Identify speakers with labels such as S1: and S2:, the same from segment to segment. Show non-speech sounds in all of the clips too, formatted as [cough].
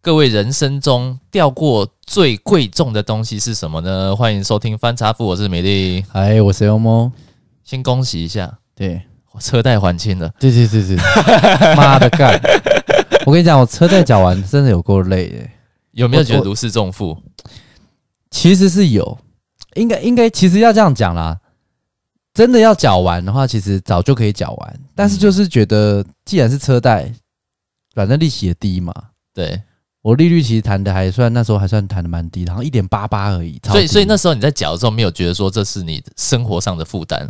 S1: 各位人生中掉过最贵重的东西是什么呢？欢迎收听翻查富，我是美丽。
S2: 嗨，哎我是 o m
S1: 先恭喜一下，
S2: 对，
S1: 我车贷还清了。
S2: 对对对对， [laughs] 妈的干！我跟你讲，我车贷缴完真的有够累的，
S1: 有没有
S2: 我
S1: 觉得
S2: 我
S1: 如释重负？
S2: 其实是有，应该应该其实要这样讲啦，真的要缴完的话，其实早就可以缴完，但是就是觉得既然是车贷，反正利息也低嘛，
S1: 对，
S2: 我利率其实谈的还算那时候还算谈的蛮低的，好像一点八八而已，超
S1: 所以
S2: 低
S1: 所以那时候你在缴的时候，没有觉得说这是你生活上的负担。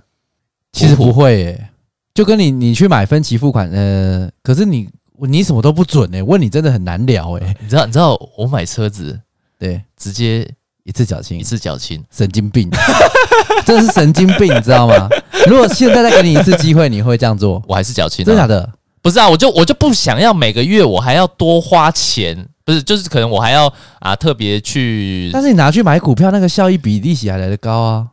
S2: 其实不会耶、就跟你你去买分期付款，呃，可是你你什么都不准哎、问你真的很难聊哎、
S1: 你知道你知道我买车子
S2: 对，
S1: 直接
S2: 一次缴清
S1: 一次缴清，
S2: 神经病， [laughs] 这是神经病，你知道吗？如果现在再给你一次机会，你会这样做？
S1: 我还是缴清、
S2: 真的假
S1: 啊。
S2: 的？
S1: 不是啊，我就我就不想要每个月我还要多花钱，不是，就是可能我还要啊特别去
S2: 但是你拿去买股票，那个效益比利息还来得高啊！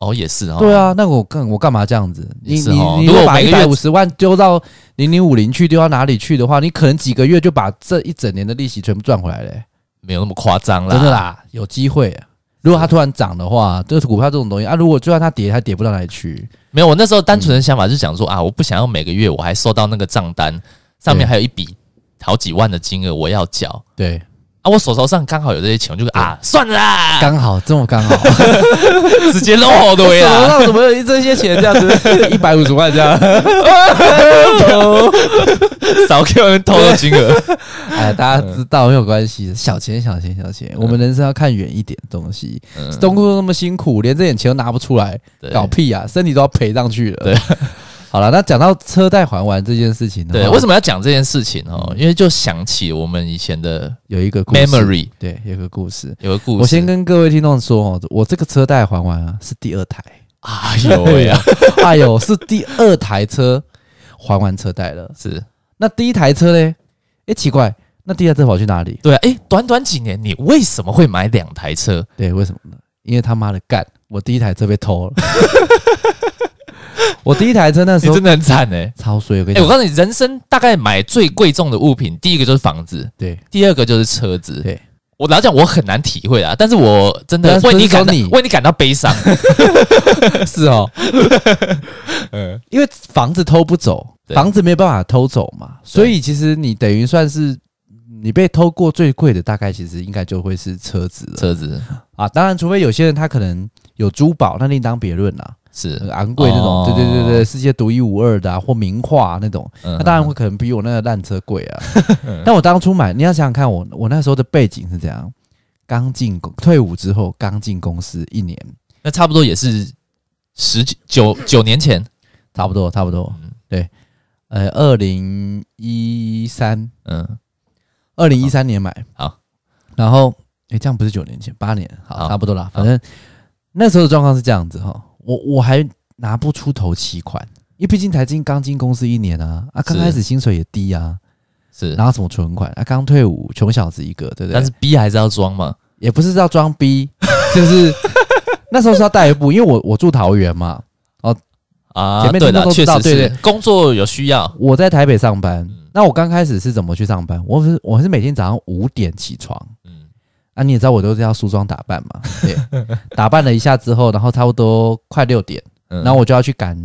S1: 哦也是哦，
S2: 对啊，那我干我干嘛这样子？你
S1: 也是
S2: 你
S1: 哦
S2: 你
S1: 如果
S2: 把
S1: 每
S2: 一
S1: 个月
S2: 百五十万丢到零零五零去，丢到哪里去的话，你可能几个月就把这一整年的利息全部赚回来嘞、
S1: 没有那么夸张啦，
S2: 真的啦，有机会、啊。如果它突然涨的话，这个股票这种东西啊，如果就算它跌，它跌不到哪里去。
S1: 没有，我那时候单纯的想法是想说啊，我不想要每个月我还收到那个账单，上面
S2: 对
S1: 还有一笔好几万的金额我要缴
S2: 对，
S1: 啊，我手头上刚好有这些钱，我就啊算了啦，
S2: 刚好这么刚好，
S1: [laughs] 直接弄好堆
S2: 手头 [laughs]
S1: 啦。
S2: 上怎么有这些钱这样
S1: [laughs]
S2: 子，一百五十万这样？
S1: 少给我们偷的金
S2: [laughs]
S1: 额。
S2: [laughs] 哎，大家知道没有关系，小钱小钱小
S1: 嗯
S2: 钱，我们人生要看远一点的东西。东工作那么辛苦，连这点钱都拿不出来，
S1: 对
S2: 搞屁啊！身体都要赔上去了。
S1: 对，
S2: [laughs] 好了，那讲到车贷还完这件事情呢，
S1: 对，为什
S2: 么
S1: 么要讲这件事情哦？因为就想起我们以前的
S2: 有一个故事
S1: memory
S2: 对，有一个故事。
S1: 有个故事。
S2: 我先跟各位听众说哦，我这个车贷还完啊，是第二台。 [laughs]
S1: 哎呦喂啊，
S2: 哎呦，是第二台车还完车贷了。
S1: 是
S2: 那第一台车嘞？哎，奇怪，那第二台车跑去哪里？
S1: [laughs] 对啊，哎，短短几年，你为什么会买两台车？
S2: 对，为什么呢？因为他妈的干，我第一台车被偷了。 [laughs] 我第一台车那时
S1: 你
S2: 候
S1: 真的很惨哎。
S2: 超衰，我跟你
S1: 哎，
S2: 讲，
S1: 我告诉你，人生大概买最贵重的物品，第一个就是房子，
S2: 对
S1: 第二个就是车子。
S2: 对，
S1: 我老实讲我很难体会啊，但是我真的
S2: 但是
S1: 为
S2: 不
S1: 你
S2: 是
S1: 感到
S2: 说你
S1: 为你感到悲伤。
S2: 是 [laughs] 哦，
S1: 嗯，
S2: 呃因为房子偷不走，
S1: 对
S2: 房子没办法偷走嘛，所以其实你等于算是你被偷过最贵的，大概其实应该就会是车子了
S1: 车
S2: [laughs]
S1: 子
S2: 啊。当然，除非有些人他可能有珠宝，那另当别论啦。
S1: 是
S2: 很昂贵那种，
S1: 哦
S2: 对对对对，世界独一无二的啊，或名画、啊、那种，
S1: 嗯
S2: 那当然会可能比我那个烂车贵
S1: [laughs]
S2: 啊。但我当初买，你要想想看我，我那时候的背景是怎样，刚进公退伍之后，刚进公司一年，
S1: 那差不多也是十九九九年前，
S2: 差不多差不多，
S1: 嗯
S2: 对，呃，二零一三
S1: 嗯，
S2: 二零一三年买，
S1: 好，
S2: 然后诶、这样不是九年前，八年，好，
S1: 好
S2: 差不多啦，反正那时候的状况是这样子哈，我我还拿不出头期款，因为毕竟才进刚进公司一年啊，啊，刚
S1: 是
S2: 开始薪水也低啊，
S1: 是。
S2: 然后什么存款啊，刚退伍，穷小子一个，对不对？
S1: 但是 B 还是要装嘛，
S2: 也不是要装逼， [laughs] 就是那时候是要带一步，因为我我住桃园嘛，
S1: 啊，
S2: 前面
S1: 对
S2: 听
S1: 的，
S2: 众都
S1: 确
S2: 知道
S1: 实
S2: 对
S1: 是
S2: 对
S1: 工作有需要，
S2: 我在台北上班。
S1: 嗯
S2: 那我刚开始是怎么去上班？我是我是每天早上五点起床。
S1: 嗯，
S2: 啊，你也知道我都是要梳妆打扮
S1: [laughs]
S2: 嘛，对，打扮了一下之后，然后差不多快六点，
S1: 然
S2: 然后我就要去赶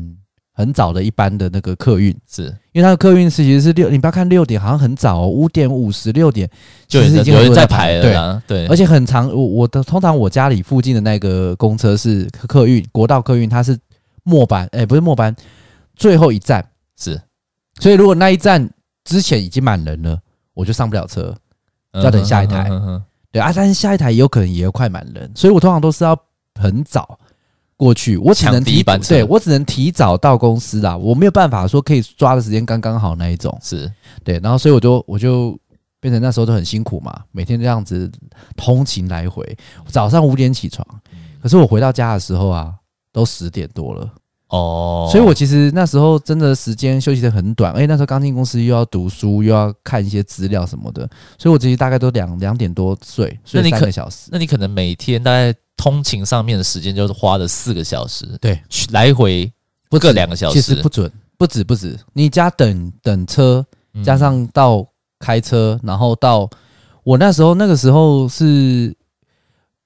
S2: 很早的一班的那个客运，
S1: 是
S2: 因为它的客运是其实是六，你不要看六点好像很早哦，五点五十六点，
S1: 就
S2: 其实已经
S1: 有
S2: 很
S1: 人
S2: 多
S1: 在
S2: 人
S1: 排了
S2: 对，
S1: 啦，对，
S2: 而且很长，我我的通常我家里附近的那个公车是客运，国道客运，它是末班，哎、不是末班，最后一站。
S1: 是
S2: 所以如果那一站之前已经满人了，我就上不了车。要等下一台
S1: 嗯哼哼
S2: 对啊，但是下一台也有可能也要快满人，所以我通常都是要很早过去，我只能
S1: 抢第一
S2: 提
S1: 班车
S2: 对我只能提早到公司啦，我没有办法说可以抓的时间刚刚好那一种。
S1: 是
S2: 对，然后所以我就我就变成那时候都很辛苦嘛，每天这样子通勤来回，早上五点起床，
S1: 嗯
S2: 可是我回到家的时候啊，都十点多了，
S1: 哦，
S2: 所以我其实那时候真的时间休息的很短，而且那时候刚进公司又要读书，又要看一些资料什么的，所以我其实大概都两两点多睡，睡
S1: 那你
S2: 三
S1: 可
S2: 个小时。
S1: 那你可能每天大概通勤上面的时间就是花了四个小时，
S2: 对，
S1: 去来回不各
S2: 止
S1: 两个小
S2: 其实
S1: 时，
S2: 不准，不止不
S1: 嗯
S2: 止，你家等等车，加上到开车，然后到我那时候那个时候是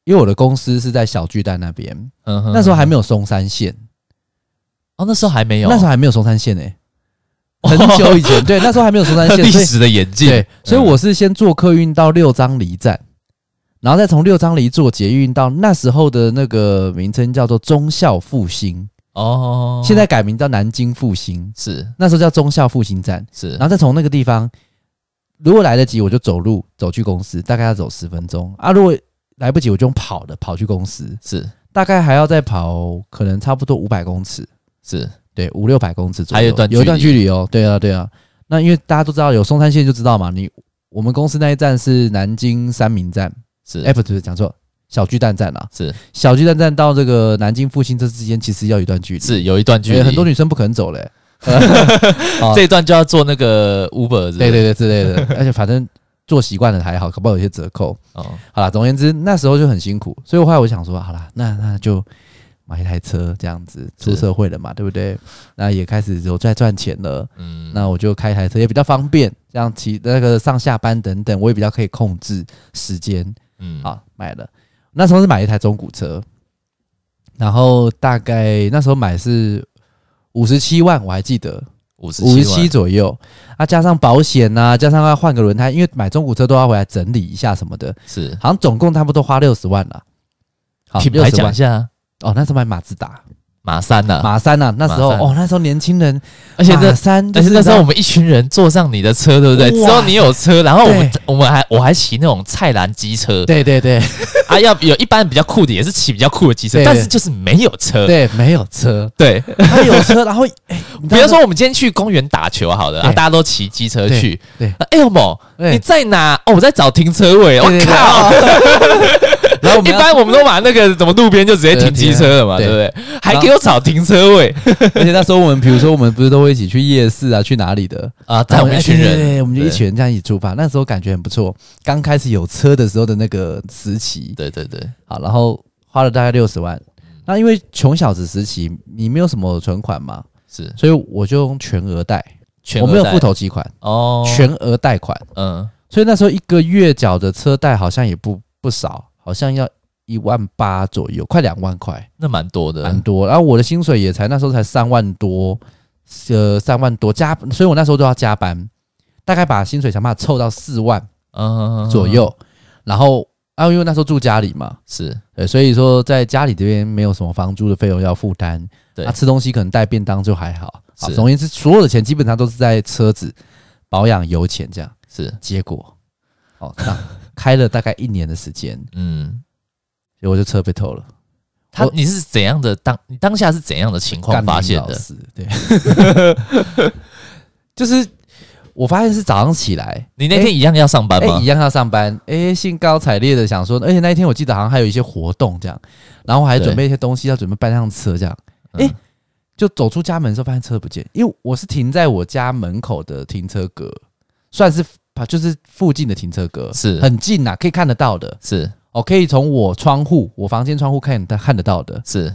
S2: 因为我的公司是在小巨蛋那边，
S1: 嗯哼
S2: 那时候还没有松山县，
S1: 哦，那时候还没有，哦
S2: 那时候还没有松山县诶、很久以前，对，那时候还没有松
S1: [laughs]
S2: 山县，
S1: 历
S2: 所以
S1: 史的嗯演进，
S2: 对，所以我是先坐客运到六张犁站，然后再从六张犁坐捷运到那时候的那个名称叫做忠孝复兴，
S1: 哦，
S2: 现在改名叫南京复兴，
S1: 是
S2: 那时候叫忠孝复兴站，
S1: 是
S2: 然后再从那个地方，如果来得及，我就走路走去公司，大概要走十分钟啊；如果来不及，我就用跑的跑去公司，
S1: 是
S2: 大概还要再跑可能差不多五百公尺，
S1: 是，
S2: 对，五六百公尺左右，
S1: 还有一段距
S2: 有一段
S1: 离
S2: 距离哦。对啊，对啊。那因为大家都知道有松山线就知道嘛，你我们公司那一站是南京三明站，
S1: 是
S2: 哎、不对，讲错，小巨蛋站啦。
S1: 是
S2: 小巨蛋站到这个南京复兴这之间其实要有一段距离，
S1: 是有一段距
S2: 因为
S1: 离，
S2: 哎很多女生不肯走嘞、哦
S1: 这一段就要做那个 Uber，是不是
S2: 对对对之类的， [laughs] 而且反正做习惯了还好，搞不好有些折扣。
S1: 哦，
S2: 好啦，总而言之，那时候就很辛苦，所以后来我想说，好啦，那那就买一台车这样子，出
S1: 是
S2: 社会了嘛，对不对？那也开始有在赚钱了，
S1: 嗯，
S2: 那我就开一台车也比较方便，这样骑那个上下班等等，我也比较可以控制时间。
S1: 嗯
S2: 好，买了，那时候是买一台中古车，然后大概那时候买是五十七万，我还记得
S1: 五十
S2: 五十七
S1: 七
S2: 左右啊，加上保险呐、加上要换个轮胎，因为买中古车都要回来整理一下什么的，
S1: 是
S2: 好像总共差不多花六十万啦。好，
S1: 品牌
S2: 60
S1: 讲
S2: 万
S1: 一下啊，
S2: 哦，那时候买马自达、
S1: 马三呐，
S2: 马三呐、那时候
S1: 啊马三
S2: 哦，那时候年轻人，
S1: 而且那
S2: 马三就
S1: 但
S2: 是
S1: 是那时候我
S2: 你知道
S1: 们一群人坐上你的车，对不对？只
S2: 哇
S1: 有你有车，然后我们
S2: 对
S1: 我们还我还骑那种菜篮机车
S2: 对对对，
S1: 啊，要有一般比较酷的也是骑比较酷的机车，
S2: 对
S1: 但是就是没有车。
S2: 对，没有车，
S1: 对，
S2: 他有车，然后哎，你知
S1: 比
S2: 道
S1: 如说我们今天去公园打球好了，啊，
S2: 对
S1: 大家都骑机车
S2: 对
S1: 去。
S2: 对
S1: 啊，哎呦某，
S2: 对
S1: 你在哪？哦，我在找停车位。我
S2: 对对对
S1: 靠！
S2: [laughs] 然后我们
S1: 一
S2: 要
S1: 般我们都把那个怎么路边就直接停机车了嘛，
S2: 对
S1: 对不对？还
S2: 后
S1: 给我找停车位
S2: 而且那时候我们，比如说我们不是都会一起去夜市啊，去哪里的？
S1: 啊！在我们一群
S2: 哎对对
S1: 人，
S2: 对我们就
S1: 对
S2: 一群人这样一起出发。那时候感觉很不错，刚开始有车的时候的那个时期。
S1: 对对对，
S2: 好，然后花了大概六十万。那因为穷小子时期，你没有什么存款嘛，
S1: 是
S2: 所以我就用全额贷，
S1: 全
S2: 我
S1: 额
S2: 没有
S1: 贷
S2: 付头期款，
S1: 哦，
S2: 全额贷款。
S1: 嗯
S2: 所以那时候一个月缴的车贷好像也不不少，好像要一万八左右，快两万块。
S1: 那蛮多的，嗯
S2: 蛮多。然后我的薪水也才那时候才三万多，呃，三万多加，所以我那时候都要加班，大概把薪水想办法凑到四万
S1: 嗯
S2: 左右。然后啊，因为那时候住家里嘛，
S1: 是
S2: 对，所以说在家里这边没有什么房租的费用要负担。
S1: 对
S2: 啊，吃东西可能带便当就还好。好
S1: 是
S2: 总而言之，所有的钱基本上都是在车子保养、油钱这样。
S1: 是
S2: 结果，哦，那开了大概一年的时间，
S1: 嗯。
S2: 结果就车被偷了，
S1: 他
S2: 我
S1: 你是怎样的当你当下是怎样的情况
S2: 干
S1: 发
S2: 林
S1: 现
S2: 老
S1: 的？
S2: 师对， [laughs] 就是我发现是早上起来，
S1: 你那天一样要上班
S2: 哎、
S1: 啊吗
S2: 一？样要上班，哎、兴高采烈的想说，而且那一天我记得好像还有一些活动这样，然后还
S1: 对
S2: 准备一些东西要准备搬上车这样，哎、
S1: 嗯
S2: 就走出家门的时候发现车不见，因为我是停在我家门口的停车格，算是就是附近的停车格，
S1: 是
S2: 很近呐、可以看得到的
S1: 是
S2: 哦，可以从我窗户我房间窗户看得看得到的，
S1: 是，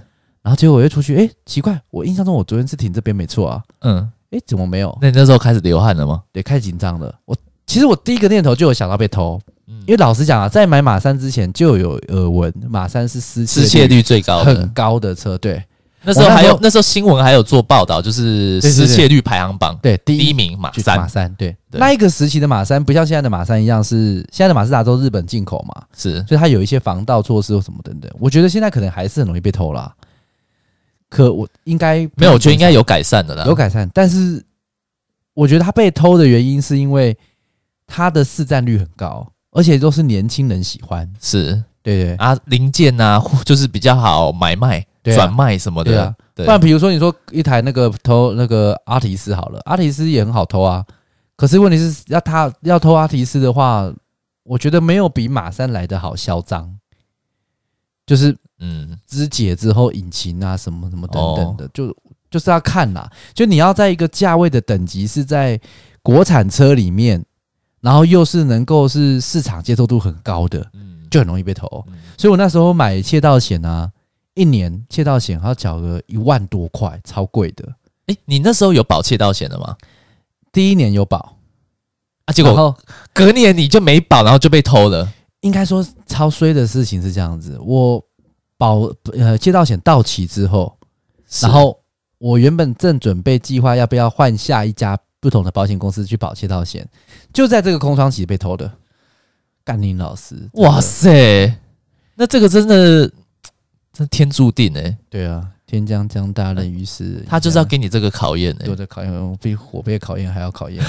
S2: 然后结果我又出去，哎、奇怪，我印象中我昨天是停这边没错啊。
S1: 嗯，
S2: 诶，怎么没有？
S1: 那你那时候开始流汗了吗？
S2: 对，太紧张了。我其实我第一个念头就有想到被偷，
S1: 嗯
S2: 因为老实讲啊，在买马三之前就有耳闻马三是失窃
S1: 失窃率最高的
S2: 很，高的车，对
S1: 那时候还
S2: 我
S1: 有
S2: 那
S1: 那时候新闻还有做报道，就是
S2: 对对对
S1: 失窃率排行榜
S2: 对，第
S1: 第
S2: 一
S1: 一名马
S2: 就是马
S1: 三
S2: 三，对，
S1: 对
S2: 那一个时期的马三不像现在的马三一样是现在的马自达都日本进口嘛，
S1: 是
S2: 所以它有一些防盗措施或什么等等。我觉得现在可能还是很容易被偷啦，可我应该
S1: 没有，我觉得应该有改善的啦。
S2: 有改善，但是我觉得他被偷的原因是因为他的市占率很高，而且都是年轻人喜欢。
S1: 是
S2: 对对
S1: 啊，零件啊， [laughs] 或就是比较好买卖、
S2: 对啊
S1: 转卖什么
S2: 对
S1: 的
S2: 啊。
S1: 对
S2: 不然比如说你说一台那个偷那个阿提斯好了，阿提斯也很好偷啊。可是问题是要他要偷阿提斯的话，我觉得没有比马三来的好嚣张，就是
S1: 嗯，
S2: 肢解之后引擎啊什么什么等等
S1: 哦
S2: 的，就就是要看啦，就你要在一个价位的等级是在国产车里面，然后又是能够是市场接受度很高的，
S1: 嗯
S2: 就很容易被偷。
S1: 嗯
S2: 所以我那时候买窃盗险啊，一年窃盗险还要缴个一万多块，超贵的。
S1: 诶，你那时候有保窃盗险的吗？
S2: 第一年有保，
S1: 啊，啊，结
S2: 然
S1: 果
S2: 后
S1: 隔年你就没保，然后就被偷了。
S2: 应该说超衰的事情是这样子，我保呃借到险到期之后，
S1: 是
S2: 然后我原本正准备计划要不要换下一家不同的保险公司去保窃盗险，就在这个空窗期被偷的。干宁老师，
S1: 哇
S2: 塞，
S1: 塞，那这个真的真天注定哎、
S2: 对啊，天将降大任于斯人，
S1: 他就是要给你这个考验哎、
S2: 对我的考验，我比我被考验还要考验。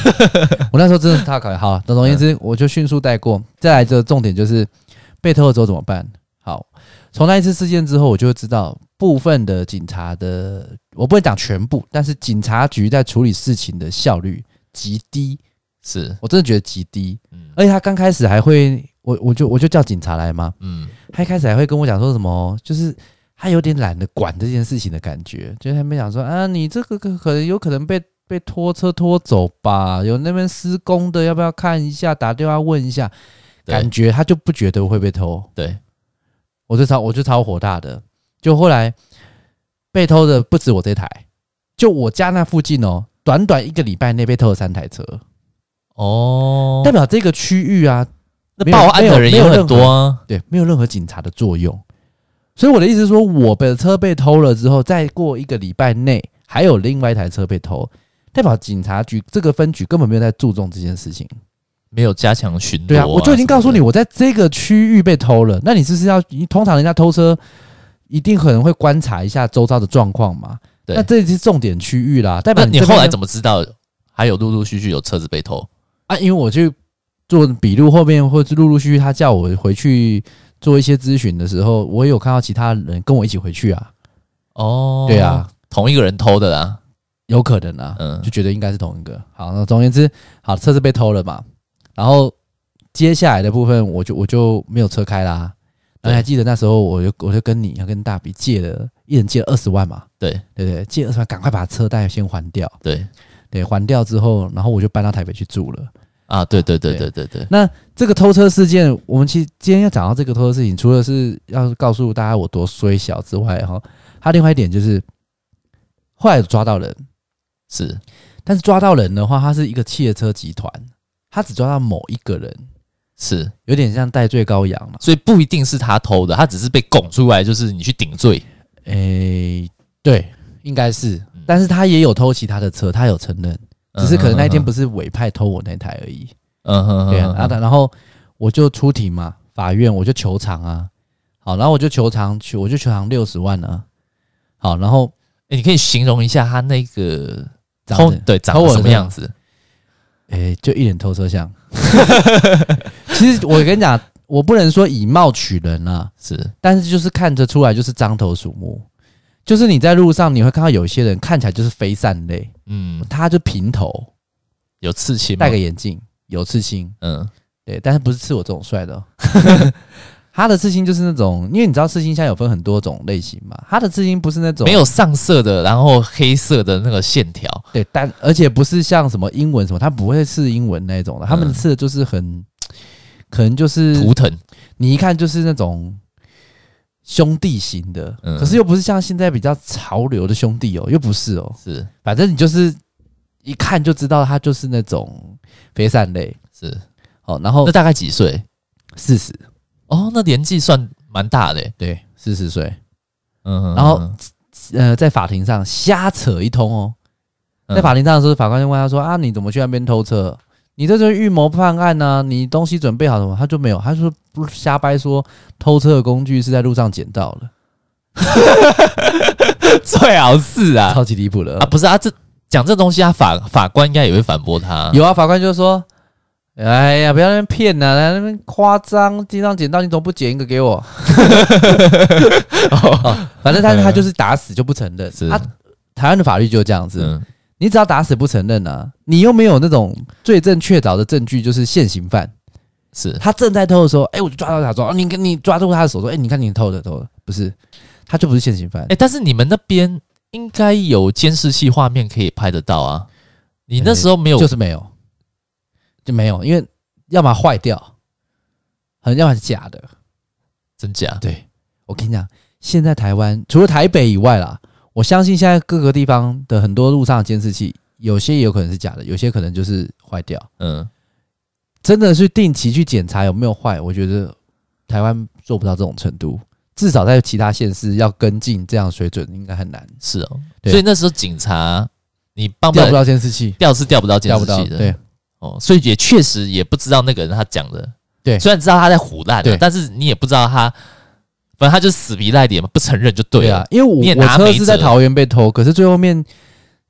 S2: 我那时候真的是他考验。好，总而言之，我就迅速带过。再来这个重点就是被偷了之后怎么办？好，从那一次事件之后，我就知道部分的警察的，我不会讲全部，但是警察局在处理事情的效率极低，
S1: 是，
S2: 我真的觉得极低。
S1: 嗯
S2: 而且他刚开始还会，我我就我就叫警察来嘛，
S1: 嗯，
S2: 他一开始还会跟我讲说什么，就是他有点懒得管这件事情的感觉，就是他们讲说啊，你这个可可能有可能被被拖车拖走吧，有那边施工的，要不要看一下，打电话问一下，
S1: 对
S2: 感觉他就不觉得会被偷，
S1: 对，
S2: 我就超我就超火大的，就后来被偷的不止我这台，就我家那附近哦，短短一个礼拜内被偷了三台车，
S1: 哦，
S2: 代表这个区域啊，
S1: 那
S2: 没有
S1: 报案的人
S2: 没
S1: 也
S2: 有
S1: 很多啊，
S2: 对，没有任何警察的作用。所以我的意思是说，我的车被偷了之后，再过一个礼拜内，还有另外一台车被偷，代表警察局这个分局根本没有在注重这件事情。
S1: 没有加强巡逻、
S2: 对啊，我就已经告诉你，我在这个区域被偷了，那你是不是要？你通常人家偷车，一定可能会观察一下周遭的状况嘛。
S1: 对
S2: 那这里是重点区域啦，代
S1: 什么
S2: 表
S1: 的。那你后来
S2: 么
S1: 怎么知道还有陆陆续续有车子被偷？
S2: 啊？因为我去做笔录，后面或是陆陆续续他叫我回去做一些咨询的时候，我也有看到其他人跟我一起回去啊。
S1: 哦，
S2: 对啊，
S1: 同一个人偷的啦。
S2: 有可能啊，
S1: 嗯
S2: 就觉得应该是同一个。好，那总而言之，好，车子被偷了嘛，然后接下来的部分，我就我就没有车开啦。然后你还记得那时候，我就我就跟你，还跟大比借了，一人借了二十万嘛，
S1: 对
S2: 对不对？借二十万，赶快把车贷先还掉。
S1: 对
S2: 对，还掉之后，然后我就搬到台北去住了。
S1: 啊，对对对对
S2: 对
S1: 对对，
S2: 那这个偷车事件，我们其实今天要讲到这个偷车事情，除了是要告诉大家我多衰小之外，哈，还有另外一点就是，后来有抓到人，
S1: 是
S2: 但是抓到人的话，他是一个汽车集团，他只抓到某一个人，
S1: 是，
S2: 有点像戴罪羔羊嘛。
S1: 所以不一定是他偷的，他只是被拱出来，就是你去顶罪。
S2: 诶、对，应该是
S1: 嗯，
S2: 但是他也有偷其他的车，他有承认，只是可能那一天不是委派偷我那台而已。
S1: 嗯哼，嗯哼，
S2: 对啊，
S1: 嗯
S2: 然后然后我就出庭嘛，法院我就求偿啊，好，然后我就求偿去，我就求偿六十万啊，好，然后
S1: 诶你可以形容一下他那个
S2: 长
S1: 偷
S2: 得啊
S1: 对长
S2: 偷
S1: 得
S2: 我
S1: 什么
S2: 的
S1: 样子？
S2: 诶、就一脸偷车相。 [laughs] 其实我跟你讲，我不能说以貌取人啊，
S1: 是
S2: 但是就是看着出来就是獐头鼠目，就是你在路上你会看到有些人看起来就是非善类，
S1: 嗯，
S2: 他就平头，
S1: 有刺青吗
S2: 戴个眼镜，有刺青，
S1: 嗯
S2: 对，但是不是刺我这种帅的哦、
S1: [laughs]
S2: 他的刺青就是那种，因为你知道刺青现在有分很多种类型嘛，他的刺青不是那种
S1: 没有上色的，然后黑色的那个线条，
S2: 对，但而且不是像什么英文什么，他不会刺英文那种的，他们刺的就是很，可能就是
S1: 嗯图腾
S2: 你一看就是那种兄弟型的，
S1: 嗯
S2: 可是又不是像现在比较潮流的兄弟哦，又不是哦，
S1: 是
S2: 反正你就是一看就知道他就是那种肥善类
S1: 是。
S2: 哦。然后
S1: 那大概几岁？
S2: 四十，
S1: 哦，那年纪算蛮大的欸。
S2: 对，四十岁，
S1: 嗯，
S2: 然后呃，在法庭上瞎扯一通哦。在法
S1: 庭
S2: 庭上的时候，法官就问他说：“啊，你怎么去那边偷车？你这就是预谋犯案呢、你东西准备好了吗？”他就没有，他就不是瞎掰说偷车的工具是在路上捡到了，
S1: [laughs] 最好是啊
S2: 超级离谱了
S1: 啊，不是啊，这讲这东西，他啊法法官应该也会反驳他。
S2: 有啊，法官就说：“哎呀，不要在那边骗呐、在那边夸张，地上捡到你怎么不捡一个给我？” [laughs] 哦反正他他就是打死就不承认
S1: 是。
S2: 他台湾的法律就是这样子，
S1: 嗯
S2: 你只要打死不承认啊，你又没有那种罪证确凿的证据，就是现行犯。
S1: 是
S2: 他正在偷的时候，哎、我就抓到他说：“哦，你你抓住他的手说，哎、你看你偷的偷的，不是，他就不是现行犯。
S1: 哎，但是你们那边应该有监视器画面可以拍得到啊。你那时候没有
S2: 就是没有，就没有，因为要么坏掉，很要么是假的。
S1: 真假？
S2: 对，我跟你讲，现在台湾除了台北以外啦，我相信现在各个地方的很多路上的监视器，有些也有可能是假的，有些可能就是坏掉。
S1: 嗯，
S2: 真的去定期去检查有没有坏，我觉得台湾做不到这种程度，至少在其他县市要跟进这样的水准应该很难，
S1: 是哦，
S2: 对
S1: 所以那时候警察你帮
S2: 调
S1: 了
S2: 不到监视器，
S1: 调是调不到哦监
S2: 调
S1: 视
S2: 不到，
S1: 器的，
S2: 对，
S1: 哦，所以也确实也不知道那个人他讲的，
S2: 对
S1: 虽然知道他在胡乱、啊
S2: 对，
S1: 但是你也不知道他，反正他就死皮赖脸嘛，不承认就对了。
S2: 啊，因为
S1: 你也
S2: 我我
S1: 拿
S2: 车
S1: 没
S2: 是在
S1: 辙
S2: 桃园被偷，可是最后面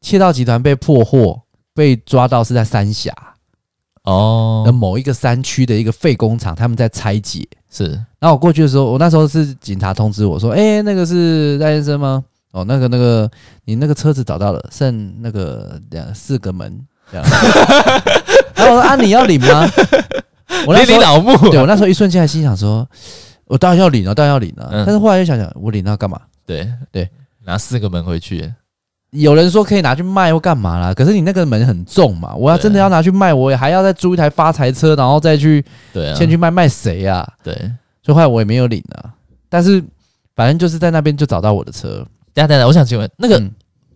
S2: 窃盗集团被破获，被抓到是在三峡的
S1: 哦，
S2: 某一个山区的一个废工厂，他们在拆解。
S1: 是
S2: 然后我过去的时候，我那时候是警察通知我说：“哎、那个是赖先生吗？哦，那个那个，你那个车子找到了，剩那个两四个门。”这样， [laughs] 然后我说：“啊，你要领吗？”我那
S1: 你
S2: 时候
S1: 你老啊木，
S2: 对我那时候一瞬间还心想说：“我当然要领了、哦当然要领了、
S1: 嗯
S2: 但是后来又想想，我领那干嘛？
S1: 对
S2: 对，
S1: 拿四个门回去，
S2: 有人说可以拿去卖或干嘛啦，可是你那个门很重嘛，我要
S1: 对啊
S2: 真的要拿去卖，我也还要再租一台发财车，然后再去
S1: 对啊，
S2: 先去卖卖谁啊？
S1: 对。
S2: 所以后来我也没有领啊。但是反正就是在那边就找到我的车，
S1: 等一下等一下，我想请问，那个、
S2: 嗯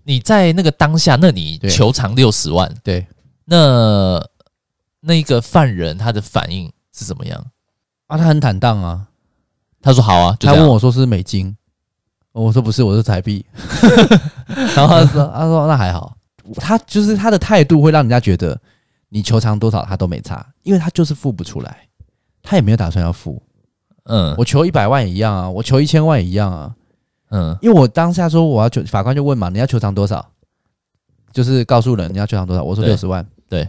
S1: 你在那个当下，那你
S2: 对
S1: 求偿六十万，
S2: 对，
S1: 那那一个犯人他的反应是怎么样？
S2: 啊，他很坦荡啊，
S1: 他说好啊，就
S2: 他
S1: 这
S2: 问
S1: 样。
S2: 我说是不是美金，我说不是，我是
S1: [laughs]
S2: 台币，然后他说他说那还好，他就是他的态度会让人家觉得你求偿多少他都没差，因为他就是付不出来，他也没有打算要付，
S1: 嗯
S2: 我求一百万也一样啊，我求一千万也一样啊。
S1: 嗯，
S2: 因为我当下说我要求，法官就问嘛，你要求偿多少？就是告诉人你要求偿多少，我说
S1: 对
S2: 六十万。
S1: 对，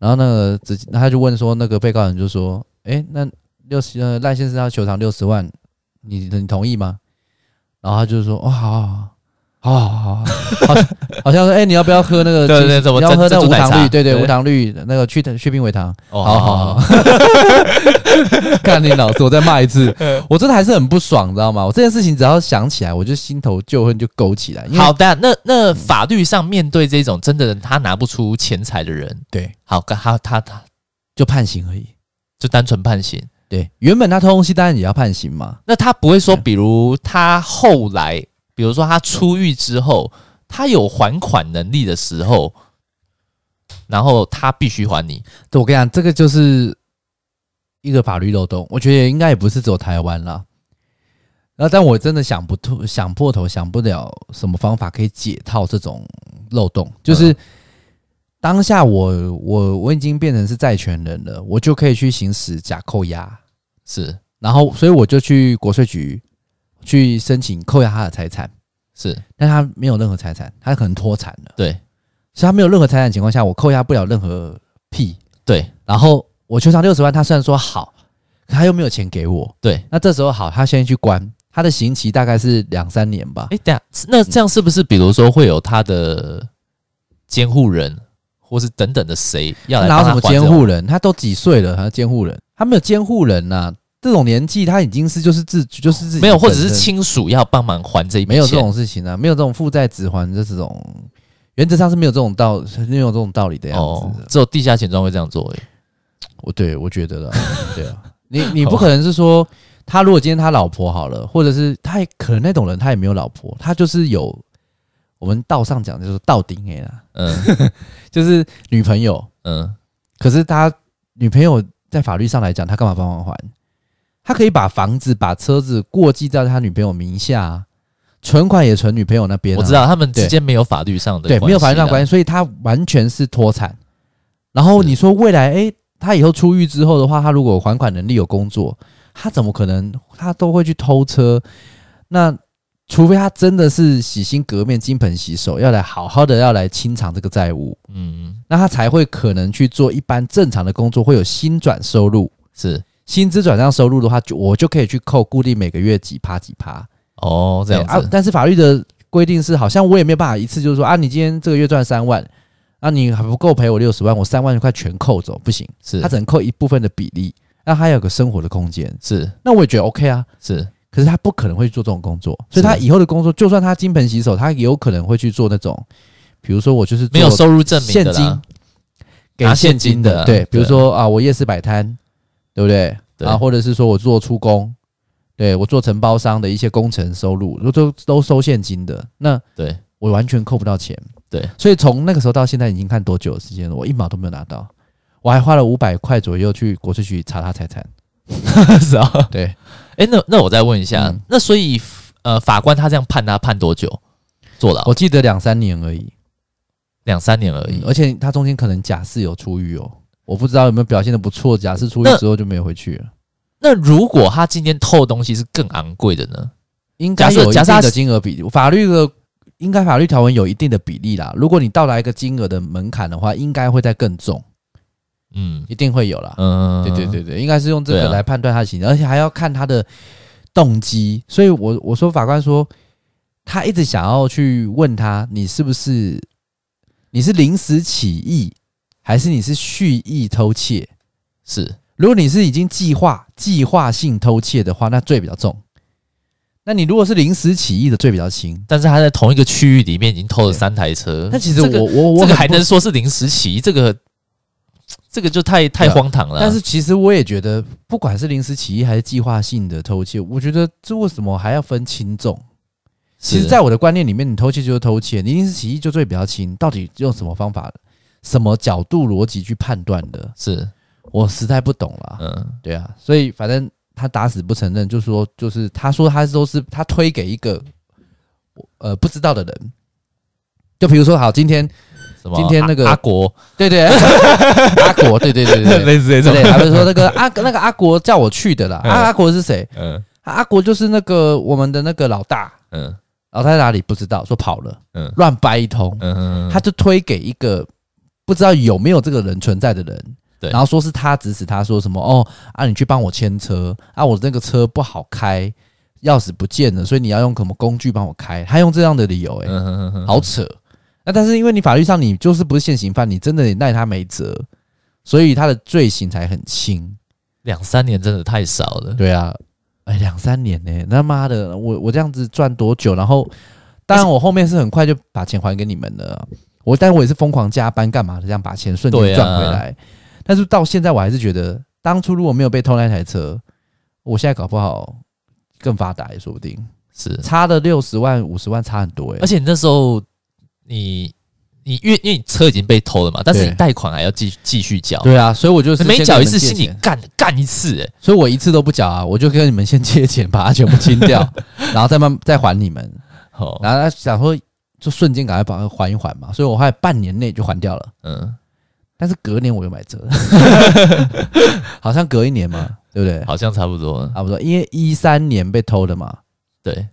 S2: 然后那个直接他就问说，那个被告人就说，诶，那六十呃赖先生要求偿六十万，你你同意吗？然后他就说，哦，好好好。好好好好，好像好像说，哎、你要不要喝那个？
S1: 对对对我
S2: 你要
S1: 珍
S2: 喝那
S1: 珍
S2: 无
S1: 珠奶
S2: 糖
S1: 茶
S2: 绿，对对，
S1: 对
S2: 无糖绿那个去去冰微糖，
S1: 哦
S2: 好好 [laughs] 好，看你老师，我再骂
S1: [laughs]
S2: 一次，
S1: 嗯
S2: 我真的还是很不爽，你知道吗？我这件事情只要想起来，我就心头旧恨就勾起来。因为
S1: 好，的，那那法律上面对这种真的他拿不出钱财的人，
S2: 对，
S1: 好，他他他他
S2: 就判刑而已。
S1: 就单纯判刑。
S2: 对，原本他偷东西当然也要判刑嘛。
S1: 那他不会说，比如他后来，比如说他出狱之后，他有还款能力的时候，然后他必须还你。
S2: 对，我跟你讲，这个就是一个法律漏洞，我觉得也应该也不是只有台湾啦。然后，但我真的想不透，想破头，想不了什么方法可以解套这种漏洞。就是、当下我我我已经变成是债权人了，我就可以去行使假扣押。
S1: 是
S2: 然后所以我就去国税局去申请扣押他的财产，
S1: 是，
S2: 但他没有任何财产，他可能脱产了，
S1: 对
S2: 所以他没有任何财产的情况下，我扣押不了任何屁。
S1: 对
S2: 然后我求偿六十万，他虽然说好，可他又没有钱给我，
S1: 对。
S2: 那这时候好，他先去关，他的刑期大概是两三年吧。
S1: 哎、等一下，
S2: 嗯
S1: 那这样是不是比如说会有他的监护人，或是等等的谁要
S2: 他
S1: 来
S2: 哪
S1: 帮他还
S2: 有什么
S1: 这
S2: 监
S1: 种
S2: 护人？他都几岁了，还要监护人？他没有监护人呐、这种年纪他已经是就是自就是自己
S1: 没有，或者
S2: 本
S1: 是
S2: 身
S1: 亲属要帮忙还这一笔
S2: 没有这
S1: 钱
S2: 种事情啊，没有这种负债只还这种，原则上是没有这种道，没有这种道理的样
S1: 哦
S2: 子的。，
S1: 只有地下钱庄会这样做、欸。
S2: 我对我觉得了，对啊，你你不可能是说他如果今天他老婆好了，或者是他也可能那种人他也没有老婆，他就是有我们道上讲就是道顶哎啦，
S1: 嗯
S2: [laughs] 就是女朋友，
S1: 嗯，
S2: 可是他女朋友在法律上来讲，他干嘛帮忙还？他可以把房子、把车子过继在他女朋友名下、啊，存款也存女朋友那边、啊。
S1: 我知道他们
S2: 对
S1: 之间没有法律上的
S2: 对，没有法律上
S1: 系
S2: 关系，所以他完全是脱产。然后你说未来，诶，他以后出狱之后的话，他如果还款能力有工作，他怎么可能？他都会去偷车，那除非他真的是洗心革面、金盆洗手，要来好好的要来清偿这个债务，
S1: 啦，嗯，
S2: 那他才会可能去做一般正常的工作，会有薪转收入。
S1: 是
S2: 薪资转账收入的话，就我就可以去扣固定每个月几趴几趴。
S1: 哦，这样
S2: 对啊
S1: 子。。
S2: 但是法律的规定是，好像我也没有办法一次就是说啊，你今天这个月赚三万，啊，你还不够赔我六十万，我三万块全扣走，不行，
S1: 是，
S2: 他只能扣一部分的比例，那他有个生活的空间，
S1: 是
S2: 那我也觉得 OK 啊。
S1: 是
S2: 可是他不可能会做这种工作，所以他
S1: 是
S2: 以后的工作，就算他金盆洗手，他也有可能会去做那种，比如说我就是
S1: 没有收
S2: 做
S1: 入证明
S2: 现
S1: 的啦
S2: 金，给
S1: 拿
S2: 现
S1: 现金的
S2: 对，比如
S1: 对
S2: 说啊，我夜市摆摊，对不对？
S1: 对
S2: 啊，或者是说我做出工，对我做承包商的一些工程收入，都都都收现金的，那
S1: 对
S2: 我完全扣不到钱。
S1: 对，
S2: 所以从那个时候到现在已经看多久的时间了，我一毛都没有拿到。我还花了五百块左右去国税局查他财
S1: [laughs]
S2: 产。
S1: 是啊。
S2: 对，
S1: 哎、那那我再问一下，
S2: 嗯
S1: 那所以呃，法官他这样判他判多久？坐牢
S2: 我记得两三年而已，
S1: 两三年而已。
S2: 嗯而且他中间可能假释有出狱哦，我不知道有没有表现的不错，假释出狱
S1: 那
S2: 之后就没有回去了。
S1: 那如果他今天偷的东西是更昂贵的呢？
S2: 应该
S1: 假设
S2: 有一
S1: 假设
S2: 定
S1: 他
S2: 的
S1: 是
S2: 金额比法律的，应该法律条文有一定的比例啦。如果你到达一个金额的门槛的话，应该会再更重，
S1: 嗯
S2: 一定会有啦。
S1: 嗯，
S2: 对对对对，应该是用这个
S1: 对啊
S2: 来判断他的行径，而且还要看他的动机。所以我我说法官说，他一直想要去问他，你是不是你是临时起意，还是你是蓄意偷窃？
S1: 是
S2: 如果你是已经计划计划性偷窃的话，那罪比较重。那你如果是临时起意的，罪比较轻。
S1: 但是他在同一个区域里面已经偷了
S2: 对
S1: 三台车。
S2: 那其实我、
S1: 呃这个
S2: 我我
S1: 这
S2: 很
S1: 个还
S2: 不
S1: 能说是临时起意，这个这个就太太
S2: 对啊
S1: 荒唐了啊。
S2: 但是其实我也觉得，不管是临时起意还是计划性的偷窃，我觉得这为什么还要分轻重？其实，在我的观念里面，你偷窃就是偷窃，你临时起意就罪比较轻。到底用什么方法、什么角度、逻辑去判断的，
S1: 是是
S2: 我实在不懂啦。
S1: 嗯
S2: [laughs] 对啊，所以反正他打死不承认，就说就是他说他都是他推给一个呃不知道的人。就比如说，好，今天
S1: 什么
S2: 今天那个
S1: 阿阿国
S2: 对对阿国，对对对对对，
S1: 类似这
S2: [laughs] 之类的，他们说那个阿那个阿国叫我去的啦。啊
S1: 嗯
S2: 阿阿国是谁？
S1: 嗯
S2: 啊阿国就是那个我们的那个老大，
S1: 嗯
S2: 老大在哪里不知道，说跑了，
S1: 嗯
S2: 乱掰一通，
S1: 嗯，
S2: 他就推给一个不知道有没有这个人存在的人，
S1: 对
S2: 然后说是他指使他说什么哦啊，你去帮我牵车啊，我那个车不好开，钥匙不见了，所以你要用什么工具帮我开？他用这样的理由、欸，
S1: 嗯嗯嗯
S2: 好扯。那但是因为你法律上你就是不是现行犯，你真的也奈他没辙，所以他的罪行才很轻。
S1: 两三年真的太少了。
S2: 对啊，哎、两三年呢、那妈的，我我这样子赚多久？然后，当然我后面是很快就把钱还给你们了啊。我，但我也是疯狂加班干嘛的，这样把钱瞬
S1: 对
S2: 间
S1: 啊
S2: 赚回来。但是到现在我还是觉得，当初如果没有被偷那台车，我现在搞不好更发达也说不定，
S1: 是，
S2: 差了六十万、五十万差很多哎、
S1: 而且你那时候你你因为因为你车已经被偷了嘛，但是
S2: 对
S1: 你贷款还要继续继续缴，
S2: 对啊，所以我就是
S1: 你每
S2: 先
S1: 缴
S2: 跟
S1: 一
S2: 你们
S1: 次
S2: 借
S1: 心里
S2: 钱
S1: 干干一次，哎，
S2: 所以我一次都不缴啊，我就跟你们先借钱，把它全部清 [laughs] 掉，然后再慢再还你们。
S1: 好，
S2: 然后他想说，就瞬间赶快把它还一还嘛，所以我还半年内就还掉了。
S1: 嗯，
S2: 但是隔年我又买车， [laughs] 好像隔一年嘛，对不对？啊
S1: 好像差不多，
S2: 差不多，因为一三年被偷的嘛，
S1: 对，